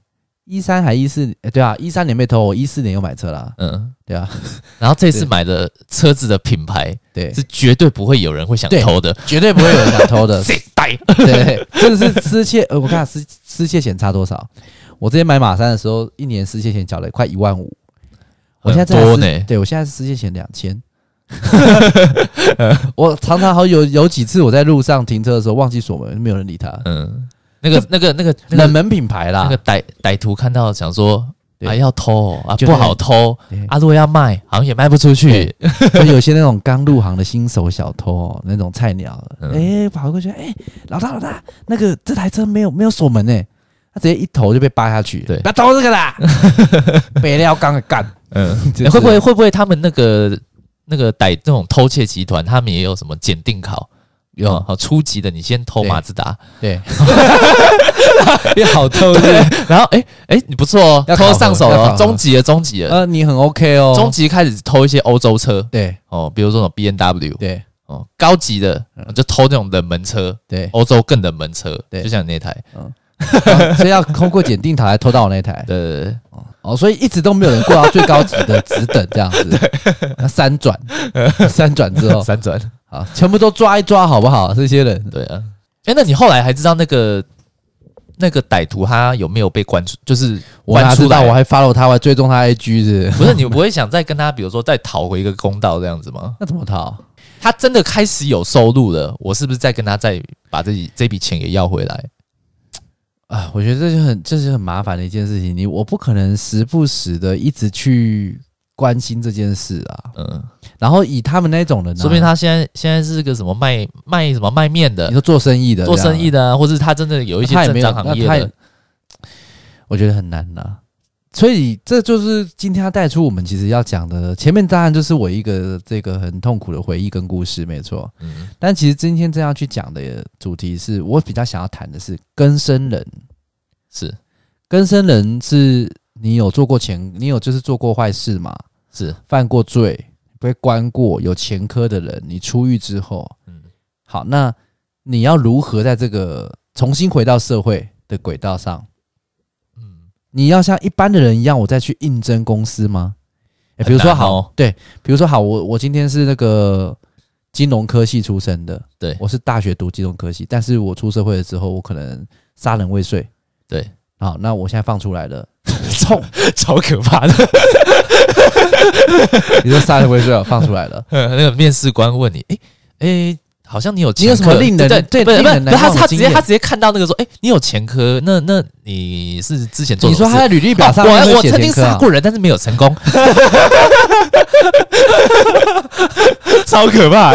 S2: 一三还一四、诶对啊，一三年被偷，我一四年又买车啦，
S1: 嗯，
S2: 对啊，
S1: 然后这次
S2: 对
S1: 买的车子的品牌
S2: 对，
S1: 是绝对不会有人会想
S2: 对
S1: 偷的，
S2: 绝对不会有人想偷的，
S1: 这呆，
S2: [laughs] 对，真的是失窃，呃，我看下失失窃险差多少？我之前买马三的时候，一年失窃险缴了快一万五，我现在
S1: 很多
S2: 这台失
S1: 呢
S2: 对我现在是失窃险两
S1: [laughs]
S2: 千。我常常好有有几次我在路上停车的时候忘记锁门，没有人理他。
S1: 嗯，那个那个那个那
S2: 冷
S1: 个
S2: 门品牌啦
S1: 那，个歹歹徒看到想说。
S2: 对
S1: 啊，要偷哦啊，
S2: 就
S1: 不好偷
S2: 对
S1: 啊！如果要卖，好像也卖不出去。
S2: 所以有些那种刚入行的新手小偷、哦，那种菜鸟，哎、
S1: 嗯
S2: 跑过去，哎、老大老大，那个这台车没有没有锁门哎、他直接一头就被扒下去，
S1: 对
S2: 不要偷这
S1: [laughs]
S2: 个啦，北料刚的干，
S1: 嗯，
S2: [laughs] 就
S1: 欸会不会
S2: 是
S1: 会不会他们那个那个歹那种偷窃集团，他们也有什么检定考？有
S2: 有
S1: 好初级的，你先偷
S2: 对
S1: 马自达，
S2: 对， [laughs] 也好偷
S1: 对， [laughs] 然后哎哎、你不错哦，
S2: 要考
S1: 偷
S2: 核
S1: 上手
S2: 要考
S1: 了，
S2: 核
S1: 中级了，中级了，
S2: 呃，你很 OK 哦，
S1: 中级开始偷一些欧洲车
S2: 对
S1: 哦，比如说那种 B N W
S2: 对
S1: 哦，高级的就偷那种冷门车，
S2: 对，
S1: 欧洲更冷门车，
S2: 嗯对
S1: 就像你那台，
S2: 啊 [laughs] 所以要通过检定塔来偷到我那台
S1: 对对对，
S2: 哦，所以一直都没有人过到最高级的职等这样子，那三转三转之后，
S1: 三转，
S2: 好，全部都抓一抓好不好？这些人
S1: 对啊，哎、那你后来还知道那个那个歹徒他有没有被关出，就是
S2: 我
S1: 关
S2: 哪
S1: 出
S2: 知道？
S1: 来？
S2: 我还 follow 他，我还追踪他 IG 是
S1: 不
S2: 不是
S1: 是你不会想再跟他，比如说再讨回一个公道这样子吗？
S2: 那怎么逃？
S1: 他真的开始有收入了，我是不是再跟他再把这这笔钱给要回来？
S2: 啊，我觉得这就很这是很麻烦的一件事情。你我不可能时不时的一直去关心这件事啊。
S1: 嗯，
S2: 然后以他们那种人、啊，
S1: 说明他现在现在是个什么卖卖什么卖面
S2: 你
S1: 的，
S2: 说做生意的，
S1: 做生
S2: 的。
S1: 意的啊，或是他真的有一些
S2: 那他也
S1: 正
S2: 没有
S1: 常行业
S2: 那他
S1: 的
S2: 也，我觉得很难呐、所以这就是今天要带出我们其实要讲的。前面当然就是我一个这个很痛苦的回忆跟故事，没错。
S1: 嗯
S2: 但其实今天正要去讲的主题是我比较想要谈的是更生人。
S1: 是
S2: 更生人是你有做过前，你有就是做过坏事嘛，
S1: 是，
S2: 犯过罪，被关过，有前科的人，你出狱之后，
S1: 嗯
S2: 好，那你要如何在这个重新回到社会的轨道上？
S1: 嗯，
S2: 你要像一般的人一样，我再去应征公司吗？诶比如说
S1: 很难
S2: 好，
S1: 哦
S2: 对，比如说好，我我今天是那个金融科系出身的，
S1: 对
S2: 我是大学读金融科系，但是我出社会了之后，我可能杀人未遂，
S1: 对，
S2: 好，那我现在放出来了，冲！
S1: [laughs] 超可怕的。
S2: 你说杀人未遂了，放出来了，
S1: [laughs] 那个面试官问你，诶诶，好像你有前
S2: 你有什么
S1: 科
S2: 令人
S1: 对对
S2: 对
S1: 不是
S2: 令
S1: 不是
S2: 人
S1: 不
S2: 难
S1: 是他
S2: 忘的
S1: 他直
S2: 经
S1: 接
S2: 验
S1: 他直接看到那个说，诶，你有前科，那那你是之前做
S2: 你
S1: 什
S2: 说
S1: 么
S2: 他
S1: 事？
S2: 在履历表上
S1: 哦
S2: 面
S1: 我
S2: 会
S1: 我
S2: 写
S1: 曾
S2: 前
S1: 经
S2: 科啊
S1: 杀过人，但是没有成功，超可怕、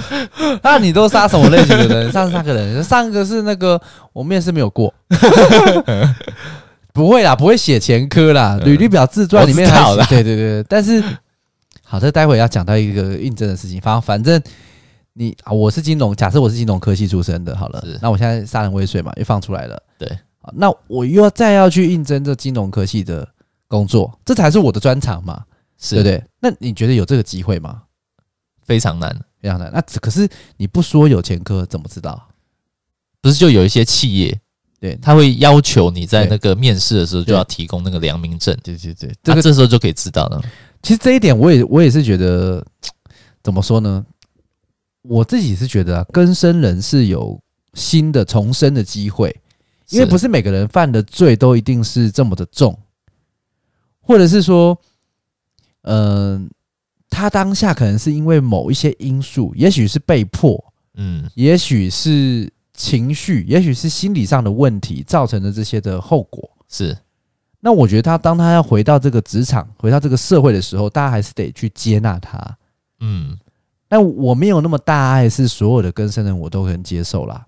S2: [laughs] 那你都杀什么类型的人？上次那个人，上个是那个我面试没有
S1: [laughs]
S2: 过，不会啦，不会写前科啦，履历表自传里面还
S1: 嗯我知道
S2: 写
S1: 啦
S2: 对对对，但是好，这待会要讲到一个印证的事情，反反正你啊，我是金融，假设我是金融科系出身的，好了
S1: 是，
S2: 那我现在杀人未遂嘛，又放出来了，
S1: 对
S2: 好，那我又要再要去应征这金融科系的工作，这才是我的专长嘛，
S1: 是
S2: 对不对？那你觉得有这个机会吗？
S1: 非常难。
S2: 非常难。那只可是你不说有前科，怎么知道？
S1: 不是就有一些企业，
S2: 对
S1: 他会要求你在
S2: 对
S1: 那个面试的时候就
S2: 对
S1: 要提供那个良民证，
S2: 对对对，
S1: 那
S2: 这个、
S1: 这时候就可以知道了。
S2: 其实这一点我也我也是觉得，怎么说呢？我自己是觉得啊，更生人是有新的重生的机会，因为不
S1: 是
S2: 是每个人犯的罪都一定是这么的重，或者是说，嗯、他当下可能是因为某一些因素，也许是被迫，
S1: 嗯
S2: 也许是情绪，也许是心理上的问题造成的这些的后果。
S1: 是
S2: 那我觉得他当他要回到这个职场、回到这个社会的时候，大家还是得去接纳他。
S1: 嗯，
S2: 但我没有那么大爱，是所有的更生人我都能接受啦。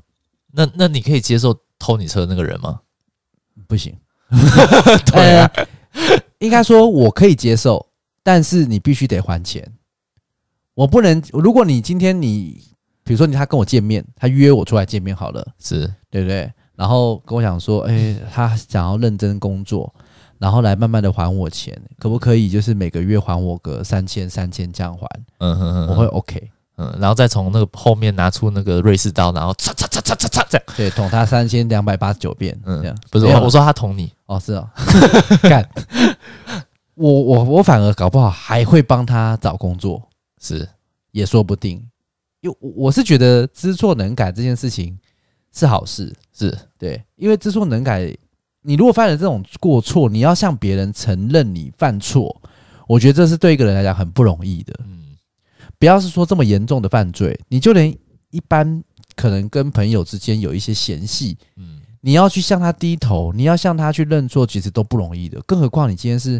S1: 那那你可以接受偷你车的那个人吗？
S2: 不行， [laughs] 呃应该说我可以接受，但是你必须得还钱。我不能，如果你今天你，比如说你他跟我见面，他约我出来见面好了，
S1: 是
S2: 对不对？然后跟我讲说，哎、他想要认真工作，然后来慢慢的还我钱，可不可以？就是每个月还我个三千、三千这样还，
S1: 嗯哼哼，
S2: 我会 OK。
S1: 嗯，然后再从那个后面拿出那个瑞士刀，然后嚓嚓嚓嚓嚓嚓这样。
S2: 对，捅他三千两百八十九遍，这样
S1: 嗯，不是
S2: 没有
S1: 我我说他捅你，
S2: 哦，是哦， [laughs] 干，我我我反而搞不好还会帮他找工作，
S1: 是
S2: 也说不定。因为我我是觉得知错能改这件事情是好事，
S1: 是
S2: 对，因为知错能改，你如果犯了这种过错，你要向别人承认你犯错，我觉得这是对一个人来讲很不容易的。
S1: 嗯
S2: 不要是说这么严重的犯罪，你就连一般可能跟朋友之间有一些嫌隙，
S1: 嗯
S2: 你要去向他低头，你要向他去认错，其实都不容易的。更何况你今天是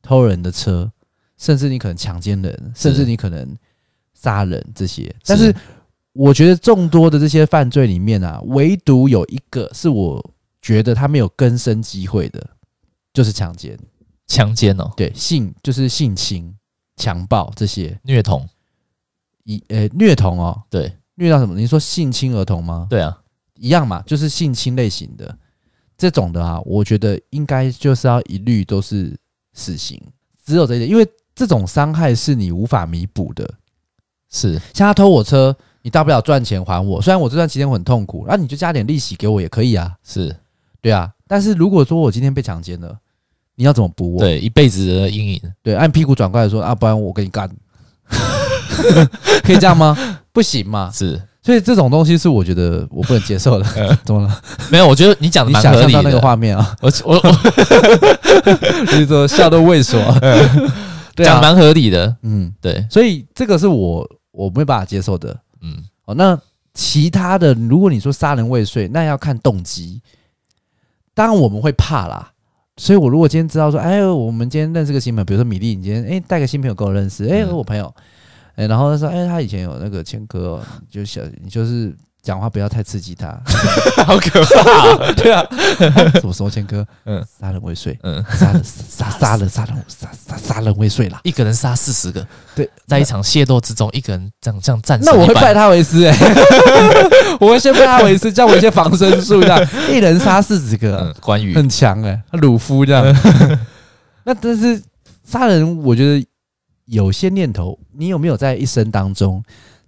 S2: 偷人的车，甚至你可能强奸人，甚至你可能杀人这些。但是我觉得众多的这些犯罪里面啊，唯独有一个是我觉得他没有更生机会的，就是强奸。
S1: 强奸哦，
S2: 对，性就是性侵、强暴这些，
S1: 虐童，
S2: 以呃、虐童哦，
S1: 对
S2: 虐到什么？你说性侵儿童吗？
S1: 对啊，
S2: 一样嘛，就是性侵类型的这种的啊，我觉得应该就是要一律都是死刑，只有这一点，因为这种伤害是你无法弥补的。
S1: 是
S2: 像他偷我车，你大不了赚钱还我，虽然我这段期间我很痛苦，那、啊你就加点利息给我也可以啊，
S1: 是，
S2: 对啊。但是如果说我今天被强奸了，你要怎么补我？
S1: 对一辈子的阴影，
S2: 对，按屁股转过来说啊，不然我跟你干， [laughs] 可以这样吗？不行嘛，
S1: 是
S2: 所以这种东西是我觉得我不能
S1: [laughs]
S2: 接受的。 [laughs] 怎么了？
S1: 没有，我觉得你讲的嗯
S2: 你
S1: 蛮
S2: 想
S1: 合
S2: 象
S1: 理
S2: 到那个
S1: 的，
S2: 画面啊？ [laughs]
S1: 我我我
S2: 就是说笑都畏缩， [laughs]
S1: 嗯
S2: 对
S1: 讲
S2: 啊，
S1: 蛮合理的，
S2: 嗯，
S1: 对，
S2: 所以这个是我我没办法接受的。
S1: 嗯。
S2: [laughs] 哦，那其他的，如果你说杀人未遂，那要看动机。当然我们会怕啦，所以我如果今天知道说，哎，我们今天认识个新朋友，比如说米粒，你今天哎带个新朋友跟我认识，哎，
S1: 嗯
S2: 我朋友，哎，然后他说，哎，他以前有那个前科、哦，就小就是讲话不要太刺激他。
S1: 好可怕、对啊，
S2: [laughs] 什么时候谦哥？
S1: 嗯
S2: 嗯，杀人未遂，
S1: 嗯，
S2: 杀人杀杀人杀人杀杀杀人未遂啦。
S1: 一个人杀四十个，
S2: 对，
S1: 在一场械斗之中，一个人这样这样战胜
S2: 那我会
S1: 一百
S2: 拜他为师哎、 [laughs] 我会先拜他为师，教我一些防身术，这样一人杀四十个，
S1: 嗯，关羽
S2: 很强哎、鲁夫这样。嗯 [laughs] 那但是杀人，我觉得有些念头，你有没有在一生当中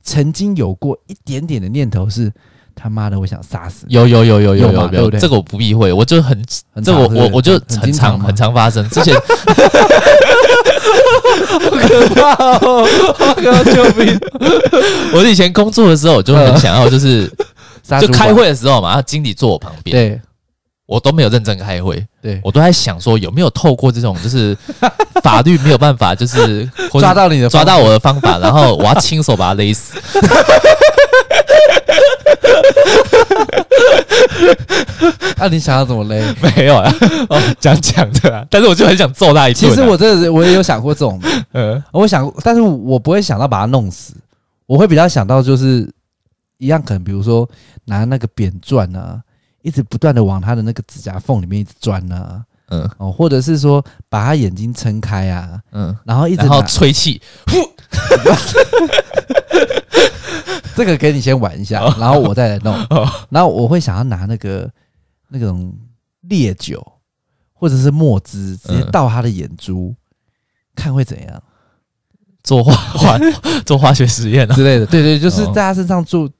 S2: 曾经有过一点点的念头是他妈的我想杀死你？
S1: 有有有有有
S2: 有嘛
S1: 有
S2: 对
S1: 有
S2: 不，对
S1: 这个我不避讳，我就很
S2: 很
S1: 这
S2: 常
S1: 我
S2: 是不是
S1: 我我就
S2: 很
S1: 很
S2: 经
S1: 常
S2: 吗
S1: 很常发生。之 [laughs] 前
S2: 哇哦， [laughs] 我靠救命！
S1: 我以前工作的时候，我就很想要， [laughs] 就是
S2: 杀
S1: 就
S2: 主管
S1: 开会的时候嘛，然后经理坐我旁边，
S2: 对
S1: 我都没有认真开会，
S2: 对，
S1: 我都在想说有没有透过这种就是法律没有办法， [laughs] 就是或者
S2: 抓到你的
S1: 抓
S2: 方
S1: 到我的方法，然后我要亲手把他勒死。
S2: 那、你想要怎么勒？
S1: [laughs] 没有啊，哦，讲讲的啊，但是我就很想揍他一顿
S2: 其
S1: 啊。
S2: 实我真的是我也有想过这种，
S1: 呃，
S2: 我想，但是我不会想到把他弄死，我会比较想到就是一样，可能比如说拿那个扁钻啊，一直不断的往他的那个指甲缝里面一直钻啊，
S1: 嗯
S2: 哦，或者是说把他眼睛撑开啊，
S1: 嗯，
S2: 然后一直
S1: 然后
S2: 拿
S1: 吹气，
S2: [laughs] 这个给你先玩一下，然后我再来弄，然后我会想要拿那个那种烈酒或者是墨汁直接
S1: 嗯
S2: 倒他的眼珠，看会怎样。
S1: 做 [laughs] 化化做化学实验啊。
S2: [laughs] 之类的。对对，就是
S1: 哦
S2: 在他身上做，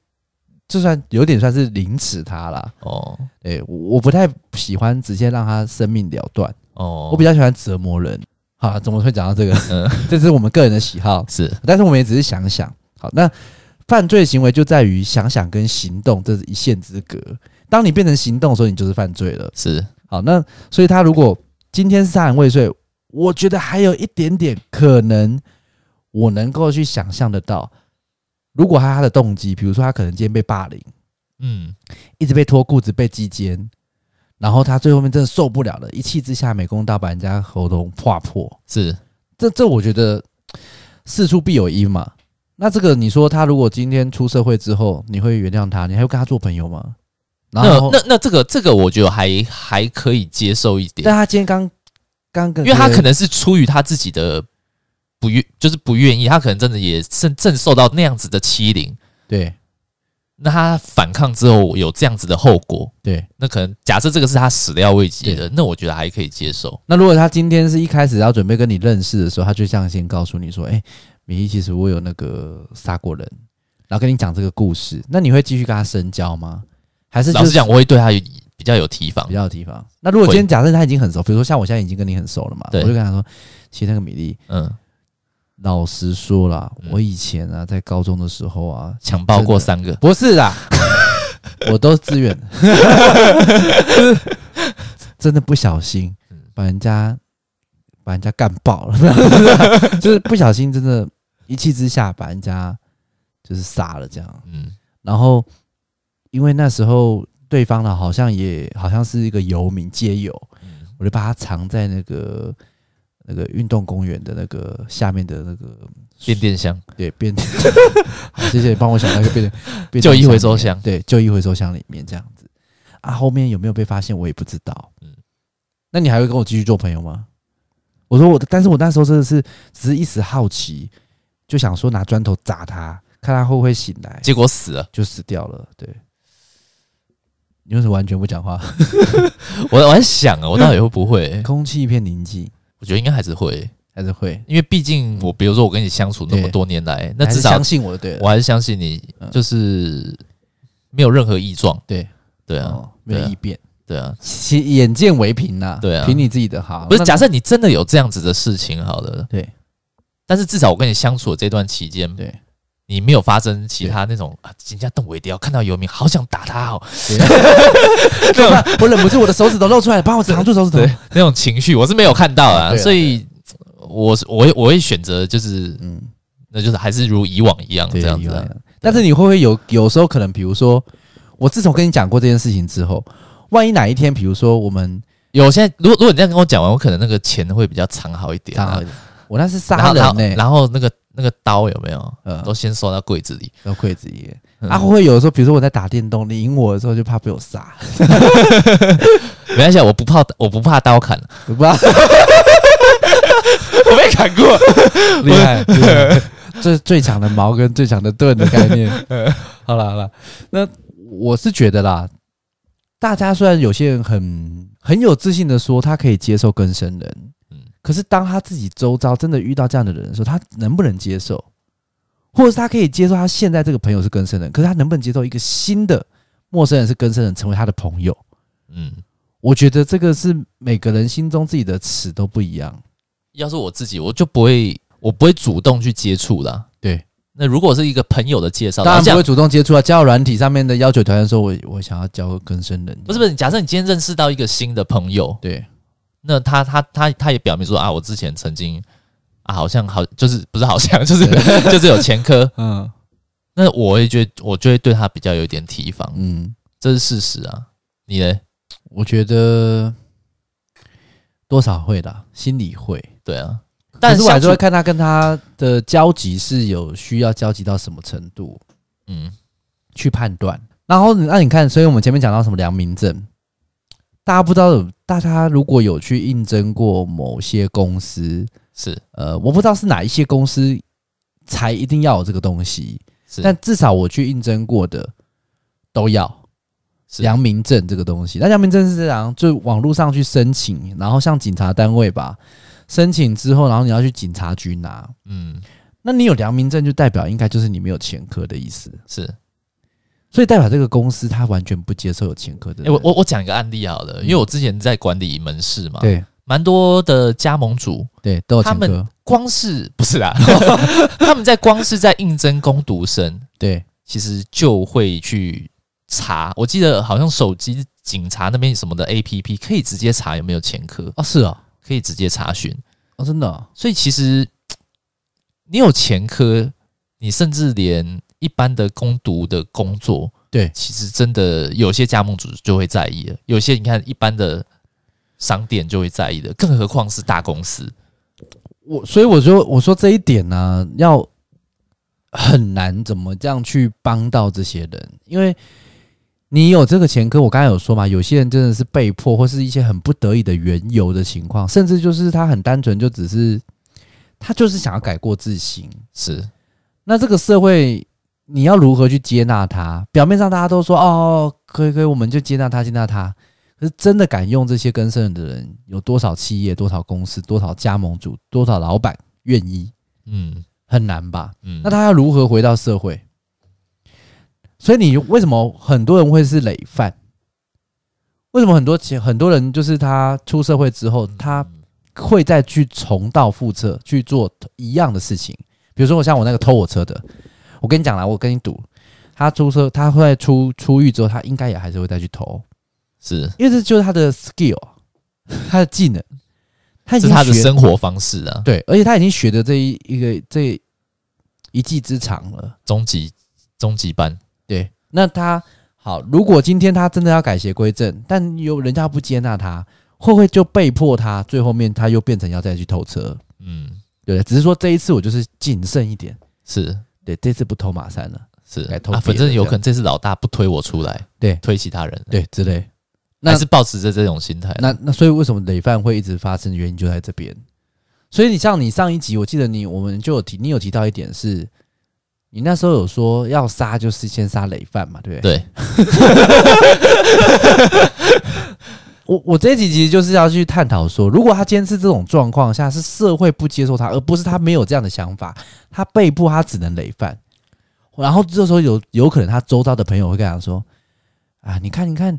S2: 就算有点算是凌迟他啦。
S1: 哦
S2: 对我我不太喜欢直接让他生命了断，
S1: 哦，
S2: 我比较喜欢折磨人。好，怎么会讲到这个？
S1: 嗯
S2: [laughs] 这是我们个人的喜好，
S1: 是
S2: 但是我们也只是想想。好，那犯罪行为就在于想想跟行动这是一线之隔。当你变成行动的时候，你就是犯罪了。
S1: 是，
S2: 好，那所以他如果今天是杀人未遂，我觉得还有一点点可能，我能够去想象得到。如果他他的动机，比如说他可能今天被霸凌，
S1: 嗯
S2: 一直被脱裤子、被击奸，然后他最后面真的受不了了，一气之下美工刀把人家喉咙划破，
S1: 是
S2: 这这我觉得事出必有因嘛。那这个你说他如果今天出社会之后，你会原谅他，你还会跟他做朋友吗？然
S1: 那
S2: 后，
S1: 那那这个这个我觉得还还可以接受一点
S2: 但，他今天刚刚跟，
S1: 因为他可能是出于他自己的不愿，就是不愿意，他可能真的也正正受到那样子的欺凌，
S2: 对
S1: 那他反抗之后有这样子的后果，
S2: 对，
S1: 那可能假设这个是他始料未及的，那我觉得还可以接受。
S2: 那如果他今天是一开始要准备跟你认识的时候，他就这样先告诉你说：“哎、米一，其实我有那个杀过人。”然后跟你讲这个故事，那你会继续跟他深交吗？还是就
S1: 老实
S2: 是
S1: 讲，我会对他有比较有提防
S2: 比。较有提防？那如果今天假设他已经很熟，比如说像我现在已经跟你很熟了嘛，我
S1: 对
S2: 就跟他说：“其实那个米粒，
S1: 嗯，
S2: 老实说啦，
S1: 嗯
S2: 我以前啊在高中的时候啊，
S1: 强暴过
S2: 真的
S1: 三个，
S2: 不是啦， [laughs] 我都自愿， [laughs] 真的不小心
S1: 嗯
S2: 把人家把人家干爆了， [laughs] 就是不小心真的，一气之下把人家就是杀了这样。
S1: 嗯
S2: 然后因为那时候对方呢好像也好像是一个游民街友，
S1: 嗯
S2: 我就把他藏在那个那个运动公园的那个下面的那个
S1: 变电箱，
S2: 对，变， [laughs] 好谢谢你帮我想到一个变变
S1: 旧衣回收箱
S2: 对，旧衣回收箱里面这样子啊，后面有没有被发现我也不知道。嗯
S1: 嗯，
S2: 那你还会跟我继续做朋友吗？我说我，但是我那时候真的是只是一时好奇，就想说拿砖头砸他，看他会不会醒来，
S1: 结果死了。
S2: 就死掉了。对，你为什么完全不
S1: [laughs]
S2: 讲话？
S1: 我我在想啊，我到底会不会？
S2: 空气一片宁静，
S1: 我觉得应该还是会，
S2: 还是会，
S1: 因为毕竟我，比如说我跟你相处那么
S2: 对
S1: 多年来，那
S2: 还是
S1: 至少
S2: 相信我就对了。
S1: 我还是相信你，
S2: 嗯
S1: 就是没有任何异状。
S2: 对
S1: 对啊，
S2: 哦，没有
S1: 对啊
S2: 异变，
S1: 对啊，
S2: 其眼见为凭呐、
S1: 对啊
S2: 凭你自己的好。
S1: 不是
S2: 那
S1: 假设你真的有这样子的事情，好了，
S2: 对。
S1: 但是至少我跟你相处的这段期间，
S2: 对，
S1: 你没有发生其他那种啊，人家动我一定要看到游民，好想打他哦， [laughs]
S2: 对我忍不住我的手指头露出来，帮我藏住手指头
S1: 啊对。那种情绪我是没有看到
S2: 啊
S1: 啊，
S2: [laughs] 对啊
S1: 所以我是我会我会选择就是
S2: 嗯，
S1: 那就是还是如以往一样这样子、
S2: 有
S1: 啊
S2: 有，有但是你会不会有有时候可能，比如说，我自从跟你讲过这件事情之后，万一哪一天，比如说我们
S1: 有现在如果如果你这样跟我讲完，我可能那个钱会比较长好一点、
S2: 讲
S1: 啊
S2: 好，我那是
S1: 然
S2: 杀
S1: 后然
S2: 人
S1: 后
S2: 呢、
S1: 然后那个那个刀有没有？
S2: 嗯
S1: 都先收到柜子里。
S2: 然后柜子里。
S1: 嗯
S2: 啊，会不会有时候，比如说我在打电动，你赢我的时候就怕被我杀， [laughs]
S1: 没关系啊，我不怕，我不怕刀砍，啊
S2: 不知道
S1: [laughs] 我被砍过。
S2: [laughs] 厉害，厉害这是最强的矛跟最强的盾的概念。好了好了，那我是觉得啦，大家虽然有些人很很有自信的说他可以接受更生人，
S1: 嗯
S2: 可是当他自己周遭真的遇到这样的人的时候，他能不能接受，或者是他可以接受他现在这个朋友是更生人，可是他能不能接受一个新的陌生人是更生人成为他的朋友？
S1: 嗯，
S2: 我觉得这个是每个人心中自己的尺都不一样。
S1: 要是我自己，我就不会，我不会主动去接触啦。
S2: 对，
S1: 那如果是一个朋友的介绍，
S2: 当然
S1: 这
S2: 不
S1: 样
S2: 会主动接触啊，交友软体上面的要求条件说我我想要交个更生人，
S1: 不是不是，假设你今天认识到一个新的朋友，
S2: 对
S1: 那他他他他也表明说啊，我之前曾经啊，好像好就是不是好像 [laughs] 就是就是有前科，
S2: 嗯
S1: 那我也觉得我就会对他比较有一点提防，
S2: 嗯，
S1: 这是事实啊。你呢？
S2: 我觉得多少会啦，心里会，
S1: 对啊，但
S2: 可是我还是
S1: 相
S2: 会
S1: 处
S2: 看他跟他的交集是有需要交集到什么程度
S1: 嗯，
S2: 去判断。然后那你看，所以我们前面讲到什么良民证，大家不知道有，大家如果有去应征过某些公司，
S1: 是
S2: 呃，我不知道是哪一些公司才一定要有这个东西，
S1: 是，
S2: 但至少我去应征过的都要
S1: 是
S2: 良民证这个东西。那良民证是这样，就网络上去申请，然后向警察单位吧申请之后，然后你要去警察局拿。
S1: 嗯
S2: 那你有良民证，就代表应该就是你没有前科的意思，
S1: 是。
S2: 所以代表这个公司他完全不接受有前科
S1: 诶
S2: 的人。
S1: 我我我讲一个案例好了，
S2: 嗯
S1: 因为我之前在管理门市嘛，
S2: 对
S1: 蛮多的加盟主，
S2: 对都有
S1: 他
S2: 前
S1: 们
S2: 科，
S1: 光是不是啊？ [laughs] 他们在光是在应征攻读生，
S2: 对
S1: 其实就会去查。我记得好像手机警察那边什么的 APP 可以直接查有没有前科，
S2: 哦是哦
S1: 可以直接查询。
S2: 哦真的哦、
S1: 所以其实你有前科，你甚至连一般的攻读的工作，
S2: 对
S1: 其实真的有些加盟主就会在意了，有些你看一般的商店就会在意的，更何况是大公司。
S2: 我所以我说我说这一点呢、要很难怎么这样去帮到这些人，因为你有这个前科，我刚才有说嘛，有些人真的是被迫或是一些很不得已的缘由的情况，甚至就是他很单纯，就只是他就是想要改过自新。
S1: 是，
S2: 那这个社会你要如何去接纳他？表面上大家都说哦，可以可以，我们就接纳他，接纳他。可是真的敢用这些跟生人的人，有多少企业、多少公司、多少加盟主、多少老板愿意？
S1: 嗯
S2: 很难吧？
S1: 嗯，
S2: 那他要如何回到社会？所以你为什么很多人会是累犯？为什么很多其很多人就是他出社会之后，
S1: 嗯
S2: 他会再去重蹈覆辙去做一样的事情？比如说，我像我那个偷我车的，我跟你讲啦，我跟你赌，他出车，他会出出狱之后，他应该也还是会再去偷，
S1: 是
S2: 因为这就是他的 skill，他的技能，他已
S1: 是
S2: 经
S1: 他的
S2: 学
S1: 生活方式啊，
S2: 对，而且他已经学的这一一个这一技之长了。
S1: 终极终极班，
S2: 对，那他好，如果今天他真的要改邪归正，但有人家不接纳他，会不会就被迫他最后面他又变成要再去偷车？
S1: 嗯，
S2: 对不对，只是说这一次我就是谨慎一点，
S1: 是
S2: 对，这次不偷马三了，
S1: 是
S2: 改偷
S1: 啊，
S2: 别
S1: 反
S2: 的
S1: 正有
S2: 这样
S1: 可能这次老大不推我出来，
S2: 对
S1: 推其他人，
S2: 对之类。那
S1: 还是保持着这种心态，啊
S2: 那那所以为什么累犯会一直发生？原因就在这边。所以你像你上一集，我记得你我们就有提，你有提到一点是，你那时候有说要杀就是先杀累犯嘛，对不对？
S1: 对，
S2: 我我这一集其实就是要去探讨说，如果他今天是这种状况下，是社会不接受他，而不是他没有这样的想法，他被迫他只能累犯。然后这时候有有可能他周遭的朋友会跟他说：“啊，你看你看，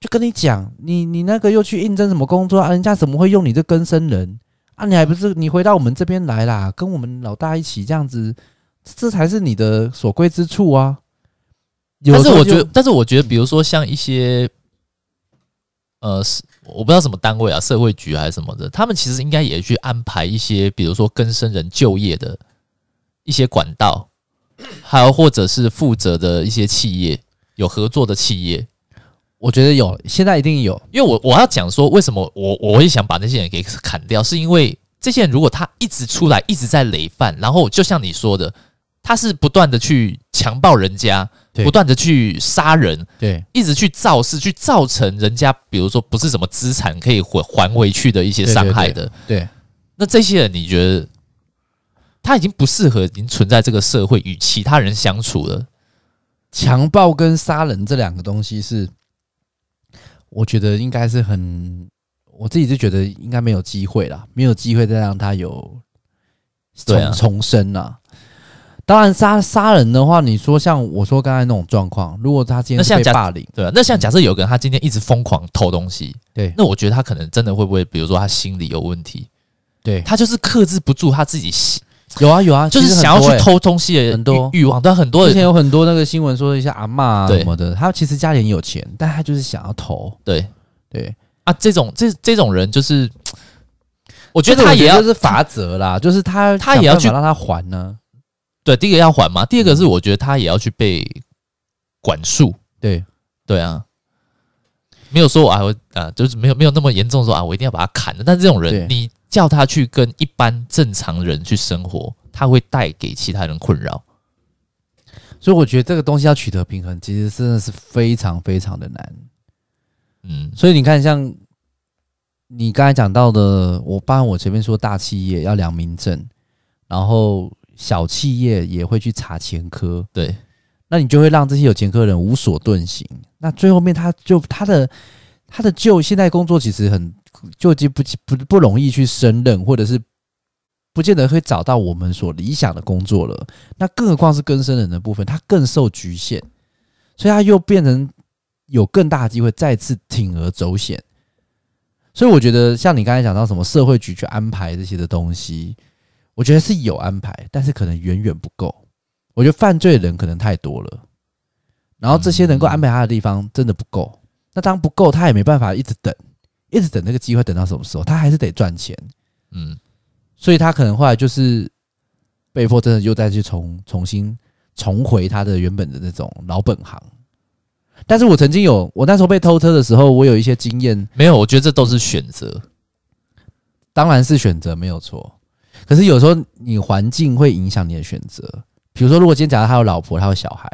S2: 就跟你讲，你你那个又去应征什么工作啊？人家怎么会用你这更生人啊？你还不是你回到我们这边来啦，跟我们老大一起这样子，这才是你的所归之处啊。”有
S1: 但是
S2: 时候
S1: 我觉
S2: 就
S1: 得，但是我觉得，比如说像一些，呃，是我不知道什么单位啊，社会局还是什么的，他们其实应该也去安排一些，比如说更生人就业的一些管道，还有或者是负责的一些企业有合作的企业，
S2: 我觉得有，现在一定有，
S1: 因为我我要讲说，为什么我我会想把那些人给砍掉，是因为这些人如果他一直出来，一直在累犯，然后就像你说的，他是不断的去强暴人家，
S2: 对
S1: 不断的去杀人，
S2: 对
S1: 一直去造势，去造成人家，比如说不是什么资产可以还还回去的一些
S2: 对对
S1: 伤害的。
S2: 对，
S1: 那这些人，你觉得他已经不适合，已经存在这个社会与其他人相处了？
S2: 强暴跟杀人这两个东西是，我觉得应该是很，我自己是觉得应该没有机会啦，没有机会再让他有
S1: 对啊
S2: 重重生啦。当然杀杀人的话，你说像我说刚才那种状况，如果他今
S1: 那
S2: 天是
S1: 像
S2: 被
S1: 假
S2: 霸凌，
S1: 对啊，那像假设有个人他今天一直疯狂偷东西，
S2: 对
S1: 那我觉得他可能真的会不会，比如说他心理有问题，
S2: 对，
S1: 他就是克制不住他自己心，
S2: 有啊有啊，
S1: 就
S2: 其
S1: 是
S2: 实很
S1: 想要
S2: 多
S1: 去
S2: 欸
S1: 偷东西的
S2: 很多
S1: 欲欲望，但很多
S2: 之前
S1: 人
S2: 有很多那个新闻说一些阿嬷啊
S1: 对
S2: 什么的，他其实家里很有钱，但他就是想要投。
S1: 对
S2: 对，
S1: 啊，这种这这种人就是，我觉
S2: 这
S1: 得
S2: 个
S1: 他
S2: 我觉
S1: 也
S2: 得
S1: 要
S2: 就是法则啦，就是他
S1: 他也要去
S2: 想办法让他还啊呢。
S1: 对第一个要还嘛，第二个是我觉得他也要去被管束，
S2: 对，
S1: 对啊，没有说啊我啊，就是没有没有那么严重说啊，我一定要把他砍了。但这种人
S2: 对，
S1: 你叫他去跟一般正常人去生活，他会带给其他人困扰。
S2: 所以我觉得这个东西要取得平衡，其实真的是非常非常的难。
S1: 嗯，
S2: 所以你看，像你刚才讲到的，我包含我前面说大企业要良民证，然后小企业也会去查前科，
S1: 对
S2: 那你就会让这些有前科的人无所遁形。那最后面他就他的他的就现在工作其实很就已经不不不容易去胜任，或者是不见得会找到我们所理想的工作了。那更何况是更生人的部分，他更受局限，所以他又变成有更大的机会再次铤而走险。所以我觉得，像你刚才讲到什么社会局去安排这些的东西，我觉得是有安排，但是可能远远不够。我觉得犯罪的人可能太多了，然后这些能够安排他的地方真的不够。那当不够，他也没办法一直等，一直等那个机会等到什么时候？他还是得赚钱，
S1: 嗯，
S2: 所以他可能后来就是被迫真的又再去重重新重回他的原本的那种老本行。但是我曾经有，我那时候被偷车的时候，我有一些经验，
S1: 没有，我觉得这都是选择。
S2: 当然是选择没有错，可是有时候你环境会影响你的选择。比如说，如果今天假设他有老婆，他有小孩，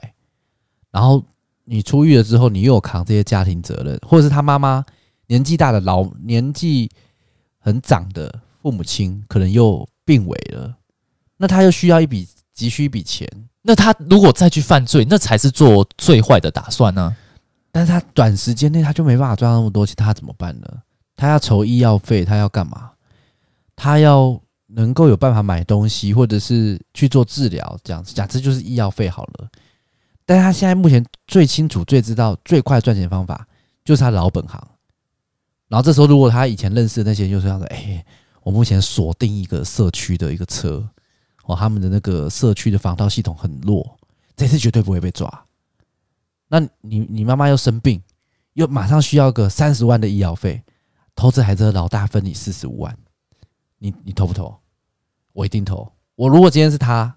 S2: 然后你出狱了之后，你又有扛这些家庭责任，或者是他妈妈年纪大的老年纪很长的父母亲，可能又病危了，那他又需要一笔急需一笔钱，
S1: 那他如果再去犯罪，那才是做最坏的打算呢、啊
S2: 但是他短时间内他就没办法赚到那么多钱，他怎么办呢？他要筹医药费，他要干嘛？他要能够有办法买东西，或者是去做治疗，这样子，假设就是医药费好了。但是他现在目前最清楚、最知道、最快赚钱的方法就是他老本行。然后这时候，如果他以前认识的那些，就是这样的，哎、我目前锁定一个社区的一个车，哦，他们的那个社区的防盗系统很弱，这次绝对不会被抓。那你你妈妈又生病，又马上需要个三十万的医药费，投资孩子的老大分你四十五万，你你投不投？我一定投。我如果今天是他，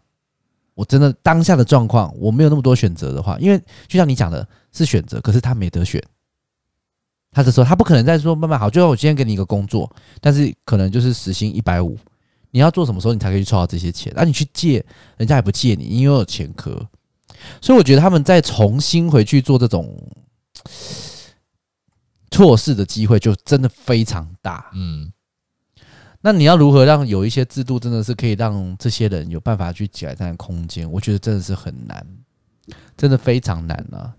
S2: 我真的当下的状况，我没有那么多选择的话，因为就像你讲的，是选择，可是他没得选。他这时候他不可能再说妈妈好，就我今天给你一个工作，但是可能就是时薪一百五，你要做什么时候你才可以去凑到这些钱？啊那、你去借，人家也不借你，因为有前科。所以我觉得他们再重新回去做这种错事的机会，就真的非常大。
S1: 嗯，
S2: 那你要如何让有一些制度真的是可以让这些人有办法去改善空间？我觉得真的是很难，真的非常难啊。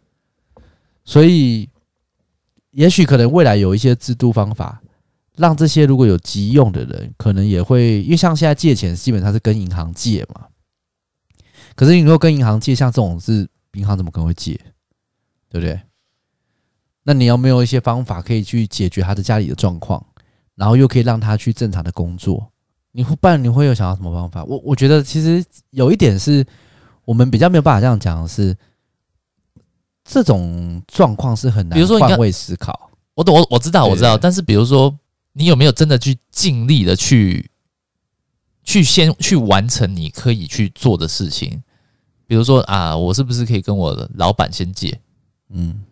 S2: 所以，也许可能未来有一些制度方法，让这些如果有急用的人，可能也会因为像现在借钱基本上是跟银行借嘛。可是你说跟银行借，像这种是银行怎么可能会借，对不对？那你有没有一些方法可以去解决他的家里的状况？然后又可以让他去正常的工作。你会不然你会有想到什么方法？我我觉得其实有一点是我们比较没有办法这样讲的是，这种状况是很难
S1: 比如说你看
S2: 换位思考。
S1: 我懂，我我知道，
S2: 对
S1: 我知道。
S2: 对
S1: 但是比如说，你有没有真的去尽力的去去先去完成你可以去做的事情？比如说啊，我是不是可以跟我的老板先借？
S2: 嗯，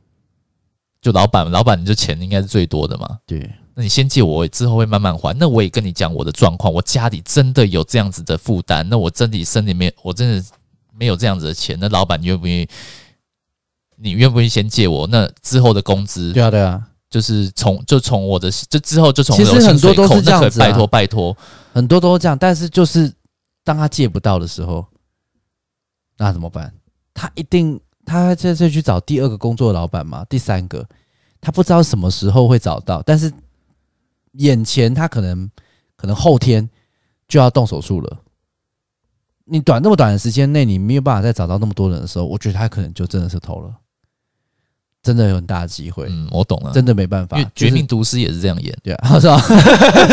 S1: 就老板，老板就钱应该是最多的嘛。
S2: 对，
S1: 那那你先借我，我之后会慢慢还。那我也跟你讲我的状况，我家里真的有这样子的负担，那我真的身里面我真的没有这样子的钱。那老板愿不愿意？你愿不愿意先借我？那之后的工资
S2: 对啊，对啊，
S1: 就是从就从我的就之后就从
S2: 其实
S1: 我的薪
S2: 很多
S1: 水
S2: 都是
S1: 扣
S2: 这
S1: 那可
S2: 样
S1: 以
S2: 子啊
S1: 拜托拜托，
S2: 很多都是这样，但是就是当他借不到的时候，那怎么办？他一定他这次去找第二个工作的老板嘛，第三个，他不知道什么时候会找到，但是眼前他可能可能后天就要动手术了。你短那么短的时间内，你没有办法再找到那么多人的时候，我觉得他可能就真的是投了，真的有很大的机会，
S1: 嗯，我懂了。
S2: 真的没办法，
S1: 因为《绝
S2: 就是
S1: 命毒师》也是这样演，
S2: 对啊， [laughs] 是吧？